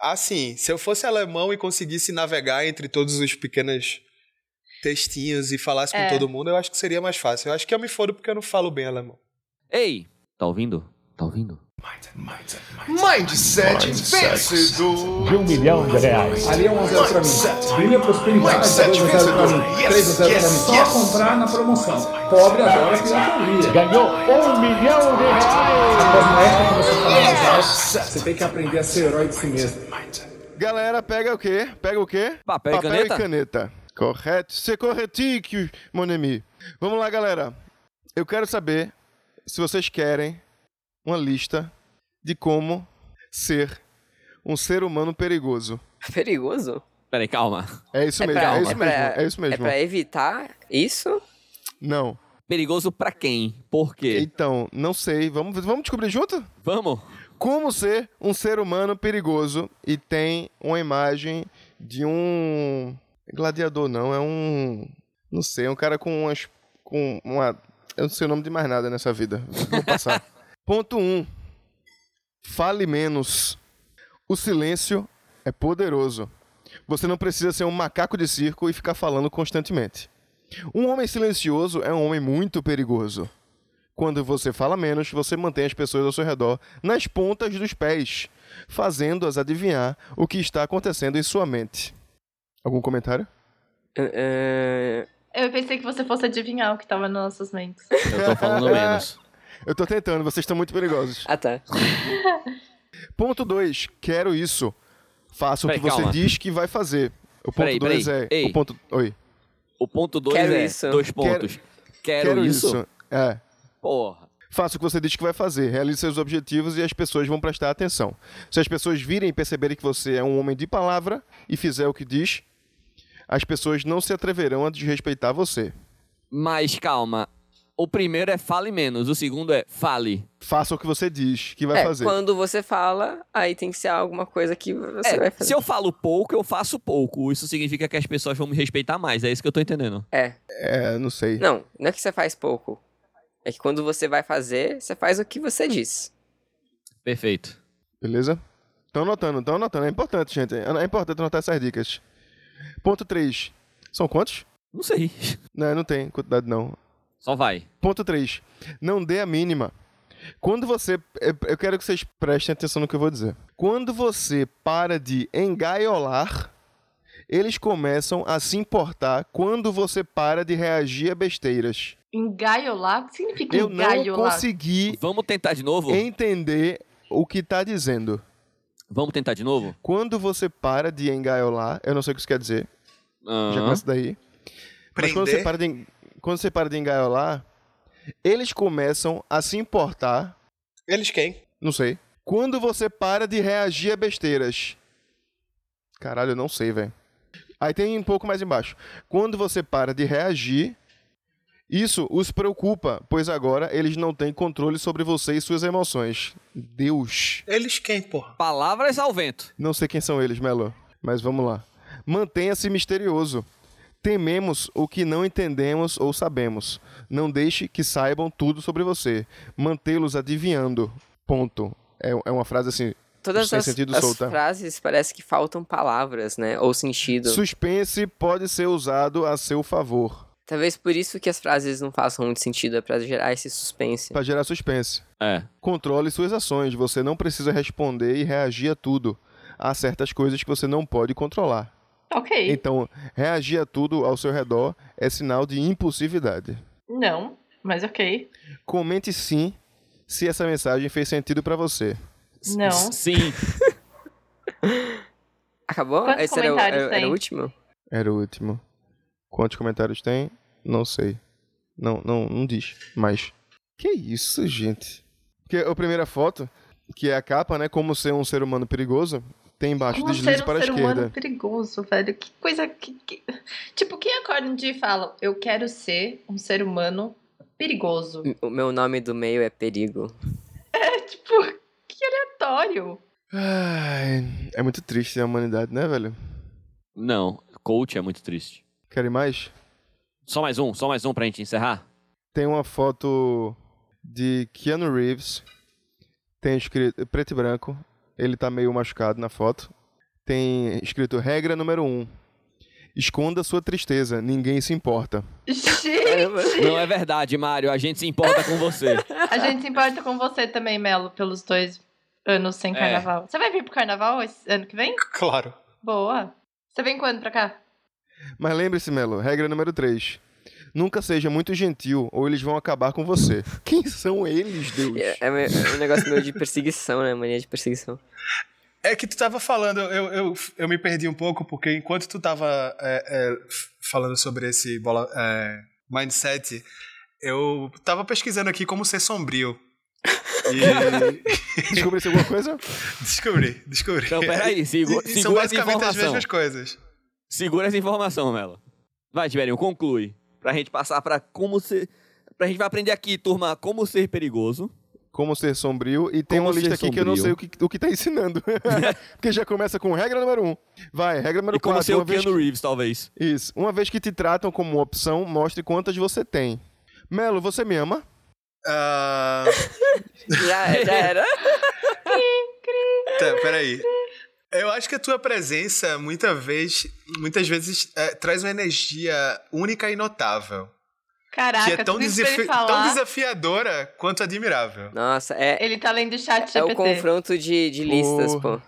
Speaker 4: Assim, se eu fosse alemão e conseguisse navegar entre todos os pequenos textinhos e falasse
Speaker 2: É.
Speaker 4: com todo mundo, eu acho que seria mais fácil. Eu acho que eu me fodo porque eu não falo bem alemão.
Speaker 1: Ei, tá ouvindo? Tá ouvindo?
Speaker 3: Mindset, vencedor.
Speaker 11: de um milhão de reais. Ali é 1 a 0 pra mim. Minha prosperidade, 2 a 0 pra mim. 3 a 0 pra mim. Só comprar na promoção. Pobre adora pirataria. Ganhou 1 milhão de reais. Mas não é quando você fala mais alto. Você tem que aprender a ser herói de si mesmo.
Speaker 3: Galera, pega o quê? Pega o quê?
Speaker 1: Papel e caneta?
Speaker 3: e caneta. Correto. C'est corretique, mon ami. Vamos lá, galera. Eu quero saber se vocês querem uma lista de como ser um ser humano perigoso.
Speaker 5: É Perigoso?
Speaker 1: Peraí, calma.
Speaker 3: É isso
Speaker 5: É
Speaker 3: mesmo,
Speaker 5: pra-
Speaker 3: é isso
Speaker 5: é pra-
Speaker 3: mesmo, é isso
Speaker 5: É
Speaker 3: mesmo.
Speaker 5: pra evitar isso?
Speaker 3: Não.
Speaker 1: Perigoso pra quem? Por quê?
Speaker 3: Então, não sei. Vamos, vamos descobrir junto?
Speaker 1: Vamos?
Speaker 3: Como ser um ser humano perigoso e tem uma imagem de um gladiador não, é um não sei, é um cara com umas com uma eu não sei o nome de mais nada nessa vida. Vou passar. Ponto 1. Um, fale menos. O silêncio é poderoso. Você não precisa ser um macaco de circo e ficar falando constantemente. Um homem silencioso é um homem muito perigoso. Quando você fala menos, você mantém as pessoas ao seu redor nas pontas dos pés, fazendo-as adivinhar o que está acontecendo em sua mente. Algum comentário?
Speaker 5: Ah, ah,
Speaker 2: Eu pensei que você fosse adivinhar o que tava nas nossas mentes.
Speaker 1: Eu tô falando menos.
Speaker 3: Eu tô tentando, vocês estão muito perigosos.
Speaker 5: Ah, tá.
Speaker 3: Ponto 2, quero isso. Faça o que
Speaker 1: Peraí,
Speaker 3: você
Speaker 1: calma.
Speaker 3: diz que vai fazer. O ponto
Speaker 1: Peraí,
Speaker 3: 2
Speaker 1: peraí.
Speaker 3: é.
Speaker 1: Ei.
Speaker 3: O ponto... Oi.
Speaker 1: [laughs] O ponto 2
Speaker 5: Quero
Speaker 1: é
Speaker 5: isso.
Speaker 1: dois pontos. Quero, isso?
Speaker 3: É.
Speaker 1: Porra.
Speaker 3: Faça o que você diz que vai fazer, realize seus objetivos e as pessoas vão prestar atenção. Se as pessoas virem e perceberem que você é um homem de palavra e fizer o que diz, as pessoas não se atreverão a desrespeitar você.
Speaker 1: Mas calma. O primeiro é fale menos, o segundo é fale.
Speaker 3: Faça o que você diz que vai
Speaker 5: É,
Speaker 3: fazer.
Speaker 5: quando você fala, aí tem que ser alguma coisa que você
Speaker 1: É,
Speaker 5: vai
Speaker 1: se
Speaker 5: fazer.
Speaker 1: eu falo pouco, eu faço pouco. Isso significa que as pessoas vão me respeitar mais. É isso que eu tô entendendo.
Speaker 5: É.
Speaker 3: É, não sei.
Speaker 5: Não, não é que você faz pouco. É que quando você vai fazer, você faz o que você diz.
Speaker 1: Perfeito.
Speaker 3: Beleza? Estão anotando, estão anotando. É importante, gente. É importante anotar essas dicas. Ponto 3. São quantos?
Speaker 1: Não sei.
Speaker 3: Não, não tem quantidade, não.
Speaker 1: Só vai.
Speaker 3: Ponto 3. Não dê a mínima. Quando você. eu- Eu quero que vocês prestem atenção no que eu vou dizer. Quando você para de engaiolar, eles começam a se importar quando você para de reagir a besteiras.
Speaker 2: Engaiolar? O que significa
Speaker 3: Eu não
Speaker 2: engaiolar?
Speaker 3: consegui
Speaker 1: Vamos tentar de novo?
Speaker 3: entender o que tá dizendo.
Speaker 1: Vamos tentar de novo?
Speaker 3: Quando você para de engaiolar, eu não sei o que isso quer dizer, já
Speaker 1: Aham.
Speaker 3: começa daí. Mas quando você,
Speaker 4: Prender?
Speaker 3: para de, en- quando você para de engaiolar, eles começam a se importar
Speaker 4: Eles quem?
Speaker 3: Não sei. Quando você para de reagir a besteiras. Caralho, eu não sei, velho. Aí tem um pouco mais embaixo. Quando você para de reagir, isso os preocupa, pois agora eles não têm controle sobre você e suas emoções. Deus.
Speaker 4: Eles quem, porra?
Speaker 1: Palavras ao vento.
Speaker 3: Não sei quem são eles, Melo, mas vamos lá. Mantenha-se misterioso. Tememos o que não entendemos ou sabemos. Não deixe que saibam tudo sobre você. Mantê-los adivinhando. Ponto. É, é uma frase assim,
Speaker 5: Todas
Speaker 3: Sem
Speaker 5: as,
Speaker 3: sentido
Speaker 5: as
Speaker 3: solta.
Speaker 5: frases parece que faltam palavras, né? Ou sentido.
Speaker 3: Suspense pode ser usado a seu favor.
Speaker 5: Talvez por isso que as frases não façam muito sentido, é pra gerar esse suspense.
Speaker 3: Pra gerar suspense.
Speaker 1: É.
Speaker 3: Controle suas ações. Você não precisa responder e reagir a tudo. Há certas coisas que você não pode controlar.
Speaker 2: Ok.
Speaker 3: Então, reagir a tudo ao seu redor é sinal de impulsividade.
Speaker 2: Não, mas ok.
Speaker 3: Comente sim se essa mensagem fez sentido pra você.
Speaker 2: Não.
Speaker 1: Sim.
Speaker 5: Acabou?
Speaker 2: Quantos
Speaker 5: Esse era, o-
Speaker 2: comentários
Speaker 5: era- era
Speaker 2: tem?
Speaker 5: o último?
Speaker 3: Era o último. Quantos comentários tem? Não sei. Não, não, não diz. Mas. Que isso, gente? Porque a primeira foto, que é a capa, né? Como ser um ser humano perigoso, tem embaixo
Speaker 2: Como
Speaker 3: deslize
Speaker 2: ser um
Speaker 3: para a
Speaker 2: ser humano
Speaker 3: esquerda.
Speaker 2: perigoso, velho. Que coisa que, que- Tipo, quem acorda um dia e fala, eu quero ser um ser humano perigoso?
Speaker 5: M- O meu nome do meio é Perigo.
Speaker 2: É, tipo, que aleatório.
Speaker 3: Ai, é muito triste a humanidade, né, velho?
Speaker 1: Não, coach é muito triste.
Speaker 3: Querem mais?
Speaker 1: Só mais um, só mais um pra gente encerrar.
Speaker 3: Tem uma foto de Keanu Reeves. Tem escrito preto e branco. Ele tá meio machucado na foto. Tem escrito regra número 1. Um, esconda sua tristeza, ninguém se importa.
Speaker 2: Gente!
Speaker 1: Não é verdade, Mário, a gente se importa com [laughs] você.
Speaker 2: A gente se importa com você também, Melo, pelos dois anos sem
Speaker 1: É.
Speaker 2: carnaval. Você vai vir pro carnaval esse ano que vem?
Speaker 4: Claro.
Speaker 2: Boa. Você vem quando pra cá?
Speaker 3: Mas lembre-se, Melo, regra número 3. Nunca seja muito gentil ou eles vão acabar com
Speaker 1: [laughs]
Speaker 3: você. Quem são eles, Deus?
Speaker 5: É, é me- é um negócio meio de perseguição, né? Mania de perseguição.
Speaker 4: É que tu tava falando, eu, eu, eu me perdi um pouco, porque enquanto tu tava é, é, f- falando sobre esse bola- é, mindset, eu tava pesquisando aqui como ser sombrio.
Speaker 1: [laughs]
Speaker 4: E
Speaker 3: Descobriu alguma coisa?
Speaker 4: descobri, descobri.
Speaker 1: Então, peraí, segu-
Speaker 4: E- e são
Speaker 1: segura essa
Speaker 4: basicamente as
Speaker 1: informação.
Speaker 4: mesmas coisas.
Speaker 1: Segura essa informação, Melo. Vai, Tiberinho, conclui. Pra gente passar pra como ser. Pra gente vai aprender aqui, turma, como ser perigoso.
Speaker 3: Como ser sombrio. E tem
Speaker 1: Como
Speaker 3: uma lista
Speaker 1: ser
Speaker 3: aqui que eu não sei
Speaker 1: sombrio.
Speaker 3: o que, o que tá ensinando. [laughs] Porque já começa com regra número 1. Vai, regra número
Speaker 1: E como
Speaker 3: 4.
Speaker 1: ser o Keanu Reeves, talvez.
Speaker 3: Isso. Uma vez que te tratam como opção, mostre quantas você tem. Melo, você me ama?
Speaker 4: Ah,
Speaker 5: Já, já era?
Speaker 4: tá, peraí. Eu acho que a tua presença, muita vez, muitas vezes, é, traz uma energia única e notável.
Speaker 2: Caraca,
Speaker 4: que é tão,
Speaker 2: tudo isso pra ele
Speaker 4: desafi- tão
Speaker 2: falar,
Speaker 4: desafiadora quanto admirável.
Speaker 5: Nossa, é,
Speaker 2: ele tá lendo o chat
Speaker 5: é o
Speaker 2: GPT.
Speaker 5: confronto de, de listas, pô.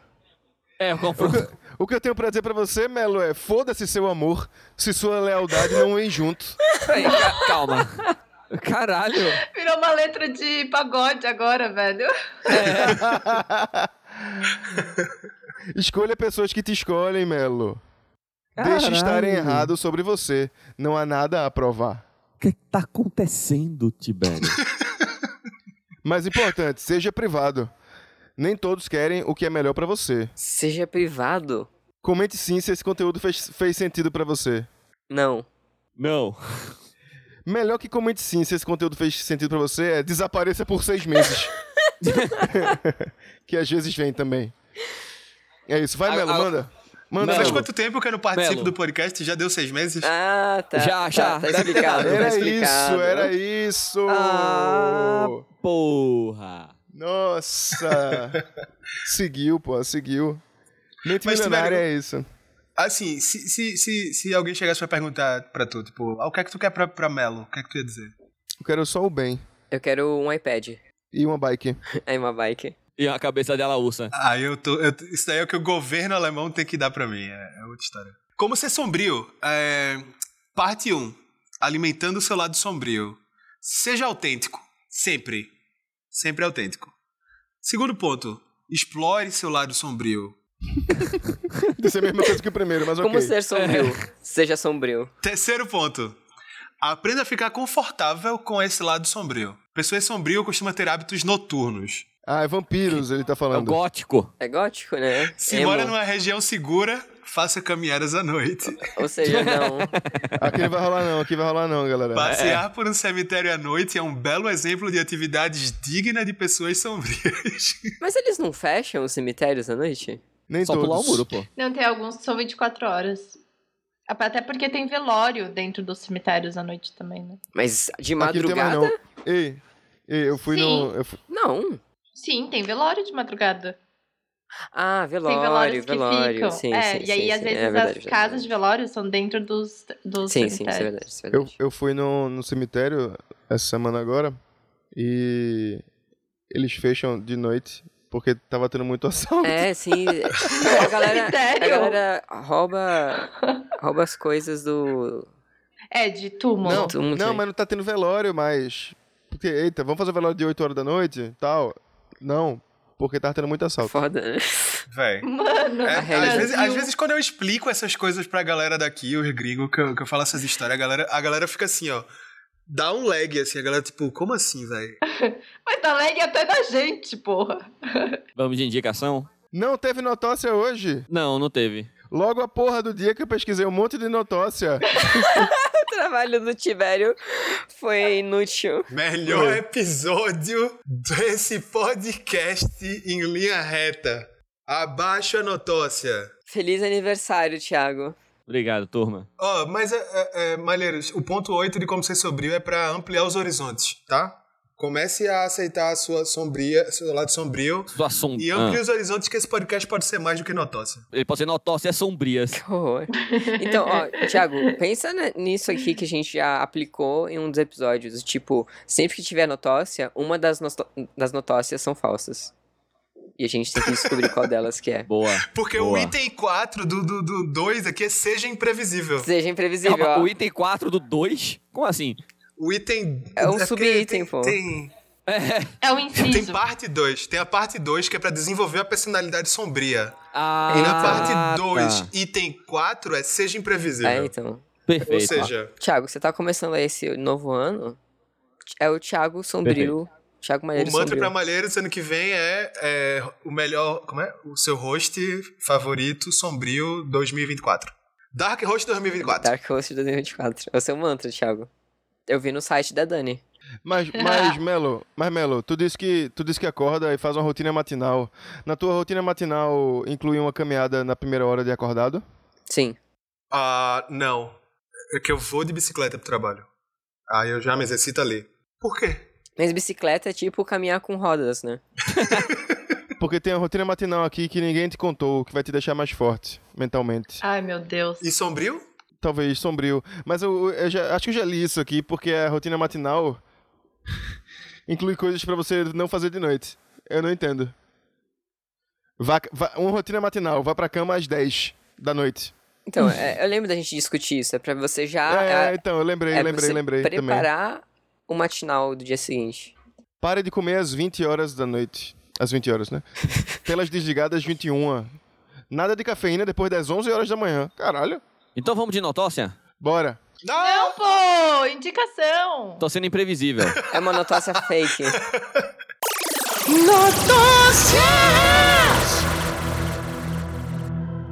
Speaker 1: É, o [laughs] confronto.
Speaker 3: O que eu tenho pra dizer pra você, Melo, é foda-se seu amor se sua lealdade não vem junto.
Speaker 1: Peraí, ca- Calma.
Speaker 4: [laughs]
Speaker 1: Caralho.
Speaker 2: Virou uma letra de pagode agora, velho.
Speaker 3: Escolha pessoas que te escolhem, Melo. Deixe
Speaker 1: Caralho.
Speaker 3: estarem errados sobre você. Não há nada a provar.
Speaker 1: O que tá acontecendo, Tibério?
Speaker 3: Mas importante, seja privado. Nem todos querem o que é melhor pra você.
Speaker 5: Seja privado?
Speaker 3: Comente sim se esse conteúdo fez, fez sentido pra você.
Speaker 5: Não.
Speaker 1: Não.
Speaker 3: Melhor que comente sim se esse conteúdo fez sentido pra você é desapareça por
Speaker 1: [laughs]
Speaker 3: seis meses. que às vezes vem também. É isso. Vai,
Speaker 1: A-
Speaker 3: Melo,
Speaker 1: a-
Speaker 3: manda. Manda,
Speaker 1: Melo.
Speaker 4: Faz
Speaker 3: Melo.
Speaker 4: quanto tempo que eu Ah, não participo
Speaker 1: Melo.
Speaker 4: do podcast? Já deu seis meses?
Speaker 5: Ah, tá.
Speaker 1: Já,
Speaker 5: tá,
Speaker 1: já,
Speaker 5: Tá
Speaker 1: deve ter
Speaker 5: explicado,
Speaker 1: dado.
Speaker 5: tá
Speaker 3: Era
Speaker 5: explicado.
Speaker 3: isso, era isso.
Speaker 1: Ah, porra.
Speaker 4: [laughs]
Speaker 3: Nossa. seguiu, pô, seguiu. Mente
Speaker 4: Mas,
Speaker 3: milionária
Speaker 4: Tibério,
Speaker 3: é isso.
Speaker 4: Assim, se, se, se, se alguém chegasse pra perguntar pra tu, tipo, ah, o que é que tu quer pra, pra Melo? O que é que tu ia dizer?
Speaker 3: Eu quero só o bem
Speaker 5: Eu quero um iPad.
Speaker 3: e uma bike.
Speaker 5: Aí uma bike.
Speaker 1: E a cabeça dela ursa.
Speaker 4: Ah, eu tô. eu- isso daí é o que o governo alemão tem que dar pra mim. É, é outra história. Como ser sombrio? É, parte 1. Alimentando o seu lado sombrio. Seja autêntico. Sempre. Sempre autêntico. Segundo ponto. Explore seu lado sombrio.
Speaker 3: Isso é a mesma coisa que o primeiro, mas
Speaker 5: Como
Speaker 3: ok.
Speaker 1: é?
Speaker 5: ser sombrio? Seja sombrio.
Speaker 4: Terceiro ponto. Aprenda a ficar confortável com esse lado sombrio. Pessoas sombrias costumam ter hábitos noturnos.
Speaker 3: Ah, é vampiros, ele tá
Speaker 1: É o
Speaker 3: falando.
Speaker 1: gótico.
Speaker 5: É gótico, né?
Speaker 4: Se
Speaker 5: Emo.
Speaker 4: mora numa região segura, faça caminhadas à noite.
Speaker 3: [laughs]
Speaker 5: Ou seja, não.
Speaker 3: Aqui não vai rolar não, aqui vai rolar não, galera.
Speaker 4: Passear por um cemitério à noite é um belo exemplo de atividades dignas de pessoas sombrias.
Speaker 5: Mas eles não fecham os cemitérios à noite?
Speaker 3: Nem
Speaker 1: Só
Speaker 3: todos.
Speaker 1: pular o muro, pô.
Speaker 2: Não, tem alguns que são 24 horas. Até porque tem velório dentro dos cemitérios à noite também, né?
Speaker 5: Mas de
Speaker 3: Aqui não tem mais
Speaker 5: madrugada?
Speaker 3: não. Ei, ei, eu fui no... eu fui-
Speaker 5: Não.
Speaker 2: Sim, tem velório de madrugada.
Speaker 5: Ah,
Speaker 2: Tem
Speaker 5: velório,
Speaker 2: velórios
Speaker 5: velório.
Speaker 2: que ficam.
Speaker 5: Sim,
Speaker 2: é,
Speaker 5: sim,
Speaker 2: e aí
Speaker 5: sim,
Speaker 2: às
Speaker 5: sim.
Speaker 2: vezes
Speaker 5: É verdade,
Speaker 2: as
Speaker 5: verdade,
Speaker 2: casas de
Speaker 5: verdade.
Speaker 2: velório são dentro dos, dos
Speaker 5: Sim, sim, isso é
Speaker 2: cemitérios.
Speaker 5: verdade, isso é
Speaker 3: Eu,
Speaker 5: verdade.
Speaker 3: eu fui no, no cemitério essa semana agora e eles fecham de noite porque tava tendo muito [laughs] assalto.
Speaker 5: É, sim. A galera, a
Speaker 2: Cemitério?
Speaker 5: galera rouba, rouba as coisas do. né?
Speaker 2: É, de túmulo.
Speaker 3: não,
Speaker 5: muito, muito
Speaker 3: não
Speaker 5: bem.
Speaker 3: mas não tá tendo velório mais. Porque, eita, vamos fazer o velório de 8 horas da noite tal. Não, porque tá tendo muito assalto.
Speaker 5: Foda, né?
Speaker 4: Véi.
Speaker 2: Mano,
Speaker 4: É, às,
Speaker 2: Brasil.
Speaker 4: vezes, às vezes, quando eu explico essas coisas pra galera daqui, os gringos, que eu, que eu falo essas histórias, a galera, a galera fica assim, ó. Dá um lag, assim, a galera, tipo, como assim, velho?
Speaker 2: Mas tá lag até da gente, porra.
Speaker 1: Vamos de indicação?
Speaker 3: Não teve notócia hoje?
Speaker 1: Não, não teve.
Speaker 3: Logo a porra do dia que eu pesquisei um monte de notócia.
Speaker 5: O trabalho do Tibério foi inútil.
Speaker 4: Melhor episódio desse podcast em linha reta. Abaixo a notócia.
Speaker 5: Feliz aniversário, Thiago.
Speaker 1: Obrigado, turma.
Speaker 4: Ó, mas, é, é, é, Malheiros, o ponto 8 de Como Ser Sombrio é pra ampliar os horizontes, tá? Comece a aceitar a sua sombria, seu lado sombrio.
Speaker 1: Sua som...
Speaker 4: E amplie os horizontes que esse podcast pode ser mais do que notócia.
Speaker 1: Ah, Ele pode ser notócias sombrias.
Speaker 5: Que horror.
Speaker 4: [laughs]
Speaker 5: Então, ó, Thiago, pensa ne- nisso aqui que a gente já aplicou em um dos episódios. Tipo, sempre que tiver notócia, uma das, nos- das notócias são falsas. E a gente tem que descobrir qual delas que é.
Speaker 1: Boa.
Speaker 4: Porque
Speaker 1: boa.
Speaker 4: o item 4 do 2 do, do dois aqui é seja imprevisível.
Speaker 5: Seja imprevisível.
Speaker 4: É
Speaker 1: Calma,
Speaker 5: ó.
Speaker 1: o item 4 do 2? Como assim? [laughs]
Speaker 4: O item.
Speaker 5: É um
Speaker 4: porque
Speaker 5: sub-item,
Speaker 4: tem-
Speaker 5: pô.
Speaker 4: Tem,
Speaker 2: É o
Speaker 4: tem
Speaker 2: inciso.
Speaker 4: parte 2. Tem a parte 2 que é pra desenvolver a personalidade sombria.
Speaker 1: Ah,
Speaker 4: e na parte 2,
Speaker 1: tá.
Speaker 4: item 4 é seja imprevisível.
Speaker 5: É, então.
Speaker 1: Perfeito.
Speaker 4: Ou seja,
Speaker 5: Thiago, você tá começando aí esse novo ano? É o Thiago Sombrio. Thiago
Speaker 1: É,
Speaker 5: Malheiro
Speaker 4: o mantra pra
Speaker 5: Sombrio.
Speaker 4: Malheiros ano que vem é, é o melhor. Como é? O seu host favorito sombrio 2024. Dark Host 2024.
Speaker 5: Dark Host 2024. É o seu mantra, Thiago. Eu vi no site da Dani.
Speaker 3: Mas, mas, Melo, mas, Melo, tu disse, que, tu disse que acorda e faz uma rotina matinal. Na tua rotina matinal inclui uma caminhada na primeira hora de acordado?
Speaker 5: Sim.
Speaker 4: Ah, não. É que eu vou de bicicleta pro trabalho. Aí eu já me exercito ali. Por quê?
Speaker 5: Mas bicicleta é tipo caminhar com rodas, né?
Speaker 3: Porque tem a rotina matinal aqui que ninguém te contou, que vai te deixar mais forte mentalmente.
Speaker 2: Ai, meu Deus.
Speaker 4: E sombrio?
Speaker 3: Talvez sombrio. Mas eu, eu já, acho que eu já li isso aqui, porque a rotina matinal inclui coisas pra você não fazer de noite. Eu não entendo. Vá, vá- uma rotina matinal, vá pra cama às 10 da noite.
Speaker 5: Então, é- eu lembro da gente discutir isso. É pra você já.
Speaker 3: é,
Speaker 5: é-
Speaker 3: então, eu lembrei,
Speaker 5: é
Speaker 3: lembrei,
Speaker 5: você
Speaker 3: lembrei também.
Speaker 5: Preparar o matinal do dia seguinte.
Speaker 3: Pare de comer às 20 horas da noite. Às 20 horas, né? Telas desligadas às 21. Nada de cafeína depois das 11 horas da manhã. Caralho.
Speaker 1: Então vamos de notócia?
Speaker 3: Bora.
Speaker 2: Não, pô! Indicação!
Speaker 1: Tô sendo
Speaker 4: [laughs]
Speaker 1: imprevisível.
Speaker 5: É
Speaker 3: [laughs]
Speaker 5: uma notócia fake. É,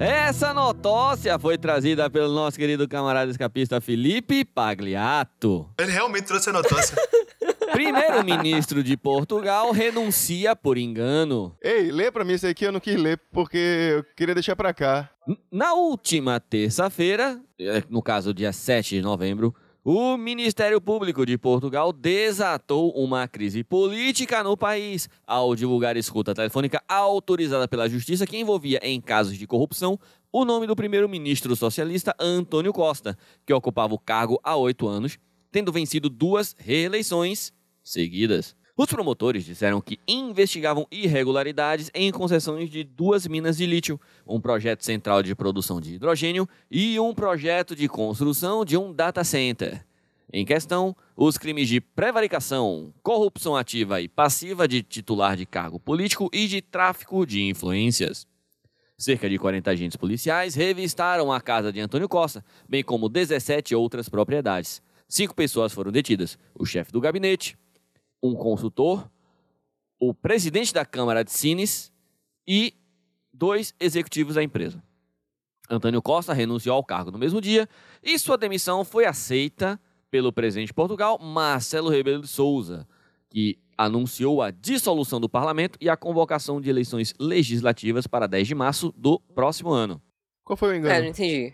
Speaker 1: Essa notócia foi trazida pelo nosso querido camarada escapista Felipe Pagliato.
Speaker 4: Ele realmente trouxe a
Speaker 1: [laughs]
Speaker 4: notócia.
Speaker 1: Primeiro-ministro de Portugal renuncia por engano.
Speaker 3: Ei, lê pra mim isso aí que eu não quis ler porque eu queria deixar pra cá.
Speaker 1: N- Na última terça-feira, eh, no caso dia 7 de novembro, o Ministério Público de Portugal desatou uma crise política no país ao divulgar escuta telefônica autorizada pela justiça que envolvia, em casos de corrupção, o nome do primeiro-ministro socialista Antônio Costa, que ocupava o cargo há oito anos, tendo vencido duas reeleições seguidas. Os promotores disseram que investigavam irregularidades em concessões de duas minas de lítio, um projeto central de produção de hidrogênio e um projeto de construção de um data center. Em questão, os crimes de prevaricação, corrupção ativa e passiva de titular de cargo político e de tráfico de influências. Cerca de 40 agentes policiais revistaram a casa de Antônio Costa, bem como 17 outras propriedades. Cinco pessoas foram detidas: o chefe do gabinete, um consultor, o presidente da Câmara de Cines e dois executivos da empresa. Antônio Costa renunciou ao cargo no mesmo dia e sua demissão foi aceita pelo presidente de Portugal, Marcelo Rebelo de Souza, que anunciou a dissolução do parlamento e a convocação de eleições legislativas para 10 de março do próximo ano.
Speaker 3: Qual foi o
Speaker 5: é, não
Speaker 3: engano?
Speaker 5: entendi.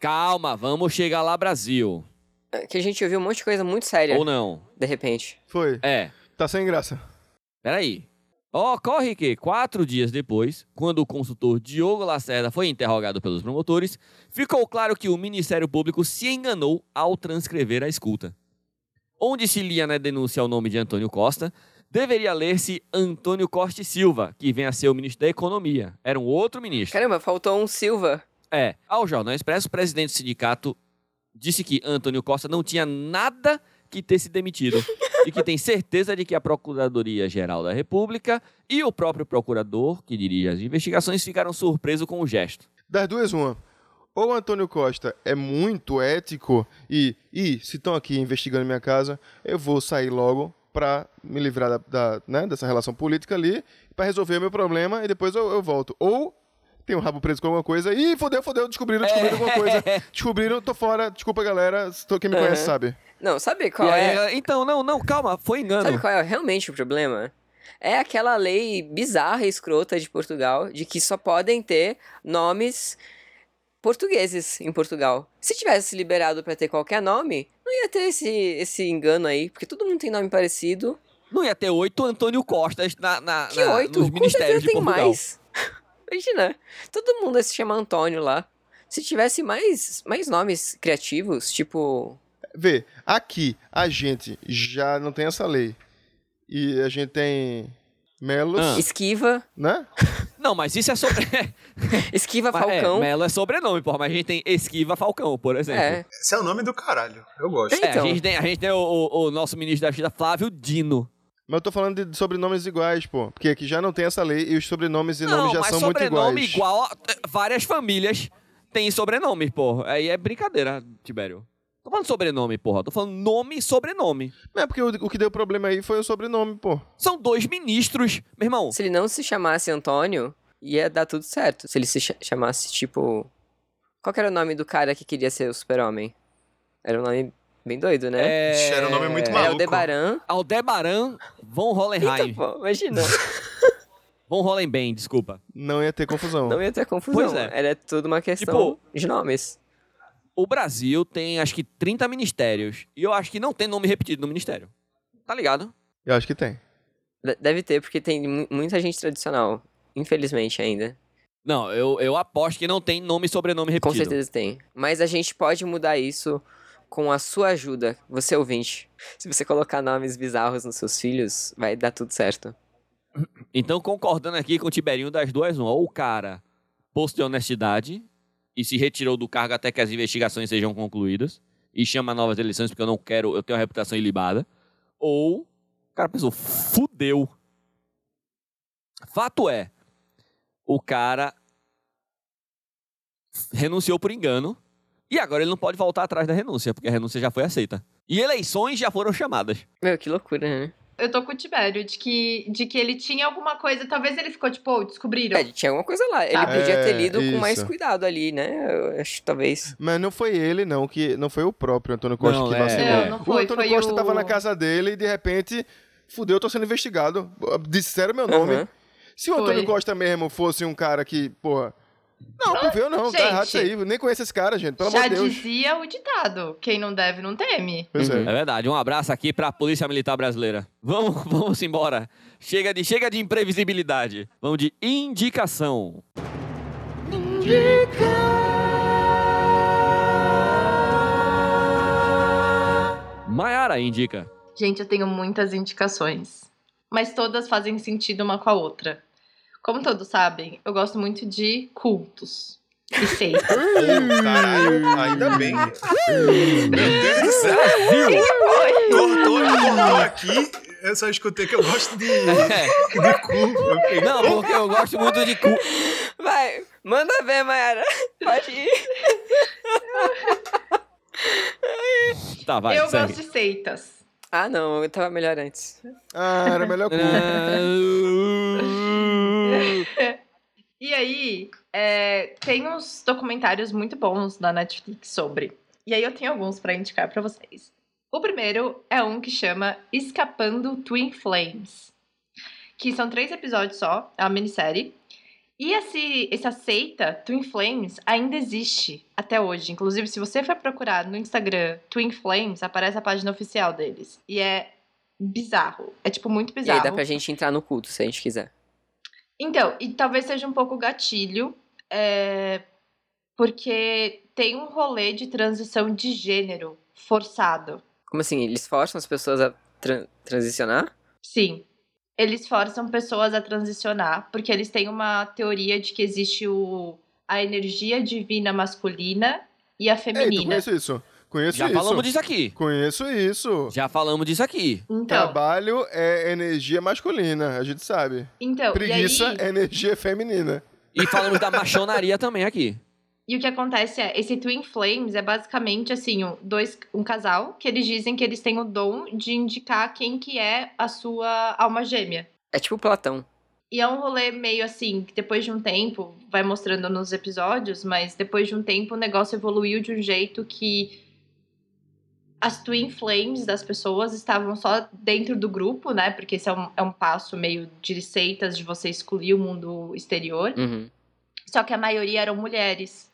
Speaker 1: Calma, vamos chegar lá, Brasil.
Speaker 5: É Que a gente ouviu um monte de coisa muito séria,
Speaker 1: Ou não?
Speaker 5: de repente.
Speaker 3: Foi.
Speaker 1: É,
Speaker 3: Tá sem graça.
Speaker 1: Peraí. Ocorre que, quatro dias depois, quando o consultor Diogo Lacerda foi interrogado pelos promotores, ficou claro que o Ministério Público se enganou ao transcrever a escuta. Onde se lia na denúncia o nome de Antônio Costa, deveria ler-se Antônio Costa e Silva, que vem a ser o ministro da Economia. Era um outro ministro.
Speaker 5: Caramba, faltou um Silva.
Speaker 1: É, ao Jornal Expresso, o presidente
Speaker 5: [laughs]
Speaker 1: do sindicato disse que Antônio Costa não tinha nada que ter se demitido. e que tem certeza de que a Procuradoria-Geral da República e o próprio procurador que dirige as investigações ficaram surpresos com o gesto.
Speaker 3: Das duas, uma. Ou o Antônio Costa é muito ético e, e se estão aqui investigando minha casa, eu vou sair logo para me livrar da, da- né, dessa relação política ali, para resolver meu problema e depois eu, eu volto. Ou tem um rabo preso com alguma coisa e fodeu, fodeu, descobriram, descobriram alguma coisa. Descobriram, tô fora, desculpa galera, tô, quem me
Speaker 5: Aham.
Speaker 3: conhece sabe.
Speaker 5: Não, sabe qual
Speaker 1: E aí,
Speaker 5: é?
Speaker 1: ela, Então, não, não, calma, foi engano.
Speaker 5: Sabe qual é realmente o problema? É aquela lei bizarra e escrota de Portugal de que só podem ter nomes portugueses em Portugal. Se tivesse liberado pra ter qualquer nome, não ia ter esse, esse engano aí, porque todo mundo tem nome parecido.
Speaker 1: Não ia ter oito Antônio Costas na, na,
Speaker 5: Que
Speaker 1: na-
Speaker 5: oito?
Speaker 1: nos
Speaker 5: Com
Speaker 1: Ah,
Speaker 5: certeza
Speaker 1: ministérios de
Speaker 5: tem
Speaker 1: Portugal.
Speaker 5: mais. [laughs] Imagina, todo mundo ia se chamar Antônio lá. Se tivesse mais, mais nomes criativos, tipo...
Speaker 3: Vê, aqui a gente já não tem essa lei. E a gente tem Melos,
Speaker 1: Ah.
Speaker 5: Esquiva,
Speaker 3: né?
Speaker 1: Não, mas isso é sobre... [laughs]
Speaker 5: Esquiva
Speaker 1: Mas, é,
Speaker 5: Falcão.
Speaker 1: Melo é sobrenome, porra, mas a gente tem Esquiva Falcão, por exemplo.
Speaker 5: É.
Speaker 4: Esse é o nome do caralho. Eu gosto.
Speaker 1: É,
Speaker 5: Então.
Speaker 1: a gente tem, a gente tem o, o- o nosso ministro da Justiça, Flávio Dino.
Speaker 3: Mas eu tô falando de sobrenomes iguais, pô. Porque aqui já não tem essa lei e os sobrenomes e
Speaker 1: não,
Speaker 3: nomes já
Speaker 1: mas
Speaker 3: são muito
Speaker 1: sobrenome
Speaker 3: iguais.
Speaker 1: igual a- eh, várias famílias têm sobrenome, porra. Aí é brincadeira, Tibério. Tô falando sobrenome, porra. Tô falando nome e sobrenome.
Speaker 3: Não é porque o, o que deu problema aí foi o sobrenome, pô.
Speaker 1: São dois ministros, meu irmão.
Speaker 5: Se ele não se chamasse Antônio, ia dar tudo certo. Se ele se cha- chamasse, tipo. Qual que era o nome do cara que queria ser o super-homem? Era um nome bem doido, né?
Speaker 1: É...
Speaker 4: Ixi, era um nome muito
Speaker 5: Era
Speaker 4: maluco.
Speaker 5: o Debaran.
Speaker 1: Aldebaran von Hollenheim.
Speaker 5: Então, pô, imagina.
Speaker 1: von Hollenbein, desculpa.
Speaker 3: Não ia ter confusão.
Speaker 5: Não ia ter confusão.
Speaker 1: Pois é. Tipo,
Speaker 5: Era tudo uma questão de nomes.
Speaker 1: O Brasil tem acho que 30 ministérios. E eu acho que não tem nome repetido no ministério. Tá ligado?
Speaker 3: Eu acho que tem.
Speaker 5: De- Deve ter, porque tem mu- muita gente tradicional. Infelizmente ainda.
Speaker 1: Não, eu, eu aposto que não tem nome e sobrenome
Speaker 5: Com
Speaker 1: repetido.
Speaker 5: certeza tem. Mas a gente pode mudar isso com a sua ajuda, você ouvinte. Se você colocar nomes bizarros nos seus filhos, vai dar tudo certo.
Speaker 1: Então, concordando aqui com o Tiberinho das duas, uma. Ou o cara postou honestidade e se retirou do cargo até que as investigações sejam concluídas e chama novas eleições porque eu não quero, eu tenho uma reputação ilibada. Ou o cara pensou, fudeu. Fato é, o cara renunciou por engano e agora ele não pode voltar atrás da renúncia, porque a renúncia já foi aceita. E eleições já foram chamadas.
Speaker 5: Meu, que loucura, né?
Speaker 2: Eu tô com o Tibério, de que, de que ele tinha alguma coisa, talvez ele ficou tipo, oh, descobriram.
Speaker 5: É, tinha alguma coisa lá. Ele
Speaker 2: Sabe?
Speaker 5: podia ter
Speaker 3: É,
Speaker 5: lido com mais
Speaker 3: isso.
Speaker 5: cuidado ali, né? Eu acho que talvez.
Speaker 3: Mas não foi ele, não, que não foi o próprio Antônio Costa
Speaker 1: Não,
Speaker 3: que
Speaker 1: é.
Speaker 3: vacilou.
Speaker 1: Não,
Speaker 2: não
Speaker 3: o
Speaker 2: foi,
Speaker 3: Antônio
Speaker 2: foi
Speaker 3: Costa
Speaker 2: o-
Speaker 3: tava na casa dele e de repente, fudeu, eu tô sendo investigado. Disseram meu nome.
Speaker 1: Uhum.
Speaker 5: Aham.
Speaker 3: Se o
Speaker 2: Foi.
Speaker 3: Antônio Costa mesmo fosse um cara que, porra. Não, não viu, não. Tá
Speaker 2: gente.
Speaker 3: errado isso aí. Eu nem conheço esse cara, gente. Pelo amor
Speaker 2: Já
Speaker 3: de Deus.
Speaker 2: dizia o ditado: quem não deve, não teme.
Speaker 3: Pois é.
Speaker 5: Uhum.
Speaker 1: É verdade. Um abraço aqui pra Polícia Militar Brasileira. Vamos, [laughs] vamos embora. Chega de, chega de imprevisibilidade. Vamos de indicação. Indica. Maiara indica. [laughs]
Speaker 2: Gente, eu tenho muitas indicações, mas todas fazem sentido uma com a outra. Como todos sabem, eu gosto muito de cultos e seitas.
Speaker 1: Uhum.
Speaker 4: Pô, caralho, ainda bem. Meu Deus do céu. Cortou, cortou aqui. Eu só escutei que eu gosto de,
Speaker 1: É.
Speaker 4: de cu. Eu fiquei,
Speaker 1: Não, porque eu gosto muito de cu.
Speaker 5: Vai, manda ver, Mayara. [laughs] Pode ir.
Speaker 1: Tá, vai,
Speaker 2: eu
Speaker 1: segue.
Speaker 2: gosto de seitas.
Speaker 5: Ah, não, eu tava melhor antes.
Speaker 3: Ah, era melhor
Speaker 1: Uhum.
Speaker 3: cu.
Speaker 2: E aí, é, tem uns documentários muito bons na Netflix sobre. E aí eu tenho alguns pra indicar pra vocês. O primeiro é um que chama Escapando Twin Flames, que são três episódios só, é uma minissérie. E esse, essa seita, Twin Flames, ainda existe até hoje. Inclusive, se você for procurar no Instagram Twin Flames, aparece a página oficial deles. E é bizarro. É, tipo, muito
Speaker 5: E
Speaker 2: bizarro.
Speaker 5: aí dá pra gente entrar no culto, se a gente quiser.
Speaker 2: Então, e talvez seja um pouco gatilho, é, porque tem um rolê de transição de gênero forçado.
Speaker 5: Como assim? Eles forçam as pessoas a tran- transicionar?
Speaker 2: Sim, eles forçam pessoas a transicionar, porque eles têm uma teoria de que existe o, a energia divina masculina e a
Speaker 3: Ei, tu É, então,
Speaker 2: feminina.
Speaker 3: conhece isso?
Speaker 1: [laughs]
Speaker 3: Conheço
Speaker 1: Já
Speaker 3: isso.
Speaker 1: falamos disso aqui.
Speaker 3: Conheço isso.
Speaker 1: Já falamos disso aqui.
Speaker 2: Então,
Speaker 3: tá, Trabalho é energia masculina, a gente sabe.
Speaker 2: Então,
Speaker 3: Preguiça
Speaker 2: e aí...
Speaker 3: é energia feminina.
Speaker 1: E falamos da machonaria também aqui.
Speaker 2: E o que acontece é, esse Twin Flames é basicamente assim, um, dois, um casal que eles dizem que eles têm o dom de indicar quem que é a sua alma gêmea.
Speaker 5: É tipo Platão.
Speaker 2: E é um rolê meio assim, que depois de um tempo, vai mostrando nos episódios, mas depois de um tempo o negócio evoluiu de um jeito que as Twin Flames das pessoas estavam só dentro do grupo, né? Porque esse é um, é um passo meio de receitas de você excluir o mundo exterior.
Speaker 5: Uhum.
Speaker 2: Só que a maioria eram mulheres.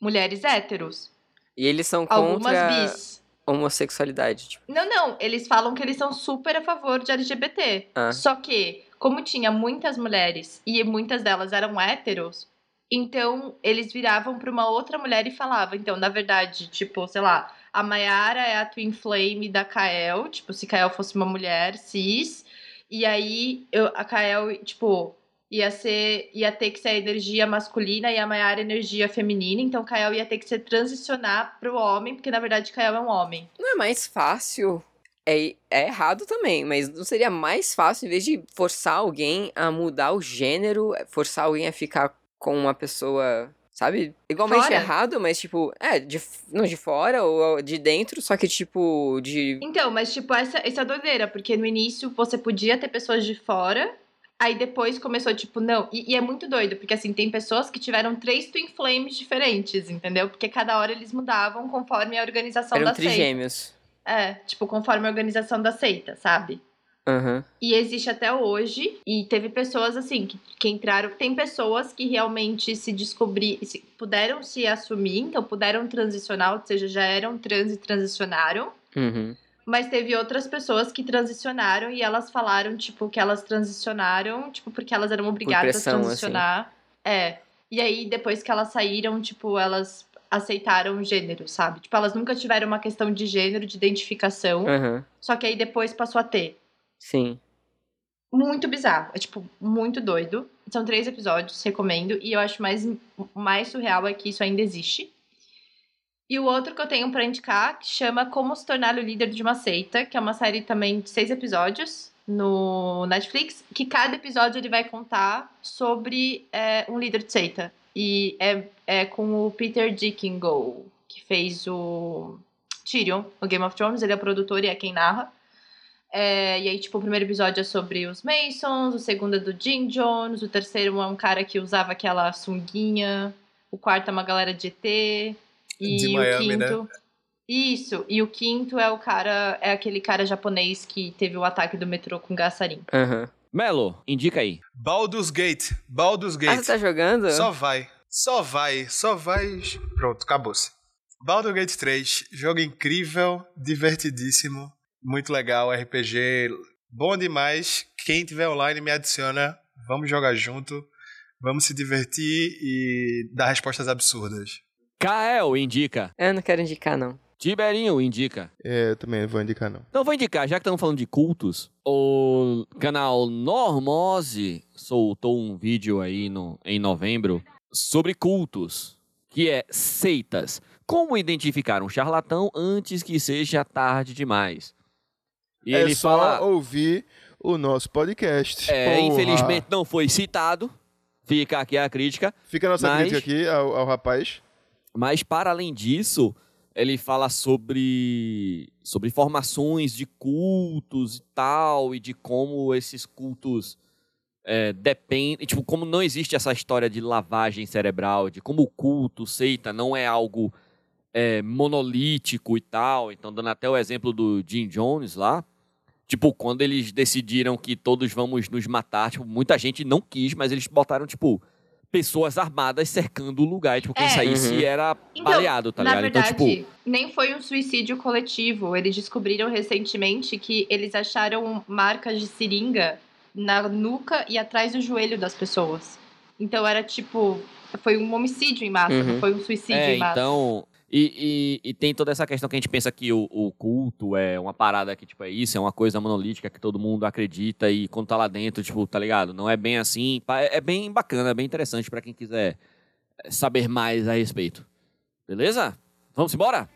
Speaker 2: Mulheres héteros.
Speaker 5: E eles são
Speaker 2: Algumas
Speaker 5: contra
Speaker 2: bis.
Speaker 5: a homossexualidade. Tipo,
Speaker 2: Não, não, eles falam que eles são super a favor de LGBT.
Speaker 5: Ah.
Speaker 2: Só que, como tinha muitas mulheres e muitas delas eram héteros, então eles viravam pra uma outra mulher e falavam. Então, na verdade, tipo, sei lá, a Mayara é a Twin Flame da Kael. Tipo, se Kael fosse uma mulher cis. E aí eu- a Kael, tipo, ia ser. ia ter que ser a energia masculina e a Mayara a energia feminina. Então Kael ia ter que se transicionar pro homem, porque na verdade Kael é um homem.
Speaker 5: não é mais fácil. É, é errado também, mas não seria mais fácil, em vez de forçar alguém a mudar o gênero, é, forçar alguém a ficar com uma pessoa, sabe? Igualmente
Speaker 2: Fora.
Speaker 5: errado, mas tipo, é, de, f- não de fora ou de dentro, só que tipo, de.
Speaker 2: Então, mas tipo, essa, essa é a doideira, porque no início você podia ter pessoas de fora, aí depois começou, tipo, não. E, e é muito doido, porque assim, tem pessoas que tiveram três Twin Flames diferentes, entendeu? Porque cada hora eles mudavam conforme a organização
Speaker 5: Eram
Speaker 2: da seita.
Speaker 5: trigêmeos.
Speaker 2: É, tipo, conforme a organização da seita, sabe?
Speaker 5: Aham.
Speaker 2: E existe até hoje. E teve pessoas assim que, que entraram. Tem pessoas que realmente se descobriram, puderam se assumir, então puderam transicionar, ou seja, já eram trans e transicionaram.
Speaker 5: Uhum.
Speaker 2: Mas teve outras pessoas que transicionaram e elas falaram, tipo, que elas transicionaram, tipo, porque elas eram obrigadas
Speaker 5: pressão,
Speaker 2: a transicionar. É. E aí, depois que elas saíram, tipo, elas aceitaram o gênero, sabe? Tipo, elas nunca tiveram uma questão de gênero, de identificação.
Speaker 5: Aham.
Speaker 2: Só que aí depois passou a ter.
Speaker 5: Sim.
Speaker 2: Muito bizarro. É, tipo, muito doido. São três episódios, recomendo. E eu acho mais, o mais surreal é que isso ainda existe. E o outro que eu tenho pra indicar, que chama Como Se Tornar o Líder de uma Seita, que é uma série também de seis episódios no Netflix, que cada episódio ele vai contar sobre é, um líder de seita. E é, é com o Peter Dickingo, que fez o Tyrion no Game of Thrones, ele é o produtor e é quem narra. É, e aí, tipo, o primeiro episódio é sobre os Masons, o segundo é do Jim Jones, o terceiro é um cara que usava aquela sunguinha, o quarto é uma galera de ET, e
Speaker 4: De
Speaker 2: o
Speaker 4: Miami, né?
Speaker 2: quinto... Isso, e o quinto é o cara, é aquele cara japonês que teve o ataque do metrô com gás sarin.
Speaker 5: Aham.
Speaker 1: Melo, indica aí.
Speaker 4: Baldur's Gate. Baldur's
Speaker 5: Ah,
Speaker 4: Gate.
Speaker 5: você tá jogando?
Speaker 4: Só vai. Só vai. Só vai. Pronto, acabou-se. Baldur's Gate 3. Jogo incrível, divertidíssimo, muito legal, RPG bom demais. Quem tiver online me adiciona. Vamos jogar junto. Vamos se divertir e dar respostas absurdas.
Speaker 1: Kael, indica.
Speaker 5: Eu não quero indicar, não.
Speaker 1: Tiberinho, indica.
Speaker 3: É, eu também vou indicar, não.
Speaker 1: Então vou indicar, já que estamos falando de cultos, o canal Normose soltou um vídeo aí no, em novembro sobre cultos, que é seitas. Como identificar um charlatão antes que seja tarde demais? E
Speaker 3: é
Speaker 1: ele
Speaker 3: só
Speaker 1: fala.
Speaker 3: ouvir o nosso podcast.
Speaker 1: É,
Speaker 3: Porra.
Speaker 1: infelizmente não foi citado. Fica aqui a crítica.
Speaker 3: Fica a nossa
Speaker 1: mas-
Speaker 3: crítica aqui ao, ao rapaz.
Speaker 1: Mas para além disso, ele fala sobre sobre formações de cultos e tal e de como esses cultos é, dependem, tipo como não existe essa história de lavagem cerebral, de como o culto, seita, não é algo é, monolítico e tal. Então dando até o exemplo do Jim Jones lá, tipo quando eles decidiram que todos vamos nos matar, tipo muita gente não quis, mas eles botaram tipo pessoas armadas cercando o lugar. E, tipo, quem
Speaker 2: É.
Speaker 1: saísse
Speaker 5: Uhum.
Speaker 1: era
Speaker 2: Então,
Speaker 1: baleado, tá
Speaker 2: Na
Speaker 1: ligado?
Speaker 2: verdade,
Speaker 1: então, tipo,
Speaker 2: nem foi um suicídio coletivo. Eles descobriram recentemente que eles acharam marcas de seringa na nuca e atrás do joelho das pessoas. Então era tipo. Foi um homicídio em massa,
Speaker 5: Uhum.
Speaker 2: não foi um suicídio
Speaker 1: é,
Speaker 2: em massa.
Speaker 1: então. E, e- e tem toda essa questão que a gente pensa que o, o culto é uma parada que, tipo, é isso, é uma coisa monolítica que todo mundo acredita e quando tá lá dentro, tipo, tá ligado? Não é bem assim. pá, É é bem bacana, é bem interessante é, pra quem quiser saber mais a respeito. Beleza? Vamos embora?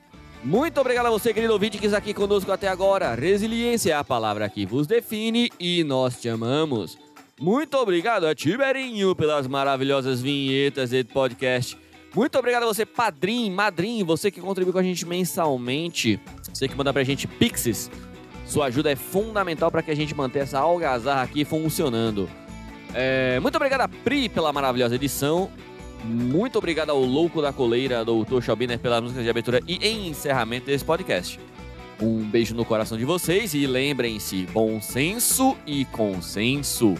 Speaker 1: Muito obrigado a você, querido ouvinte, que está aqui conosco até agora. Resiliência é a palavra que vos define e nós te amamos. Muito obrigado a Tiberinho pelas maravilhosas vinhetas desse podcast. Muito obrigado a você, padrinho, madrinho, você que contribui com a gente mensalmente. Você que manda pra gente pixies. Sua ajuda é fundamental para que a gente mantenha essa algazarra aqui funcionando. É, muito obrigado a Pri pela maravilhosa edição. Muito obrigado ao Louco da Coleira, Doutor Schaubiner, pelas músicas de abertura e encerramento desse podcast. Um beijo no coração de vocês e lembrem-se, bom senso e consenso.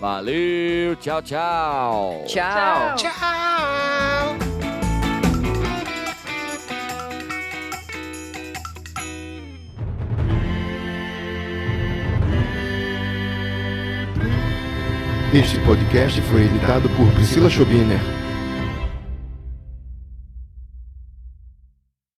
Speaker 1: Valeu, tchau, tchau.
Speaker 5: Tchau.
Speaker 4: Tchau.
Speaker 3: Este podcast foi editado por Priscila Schobiner.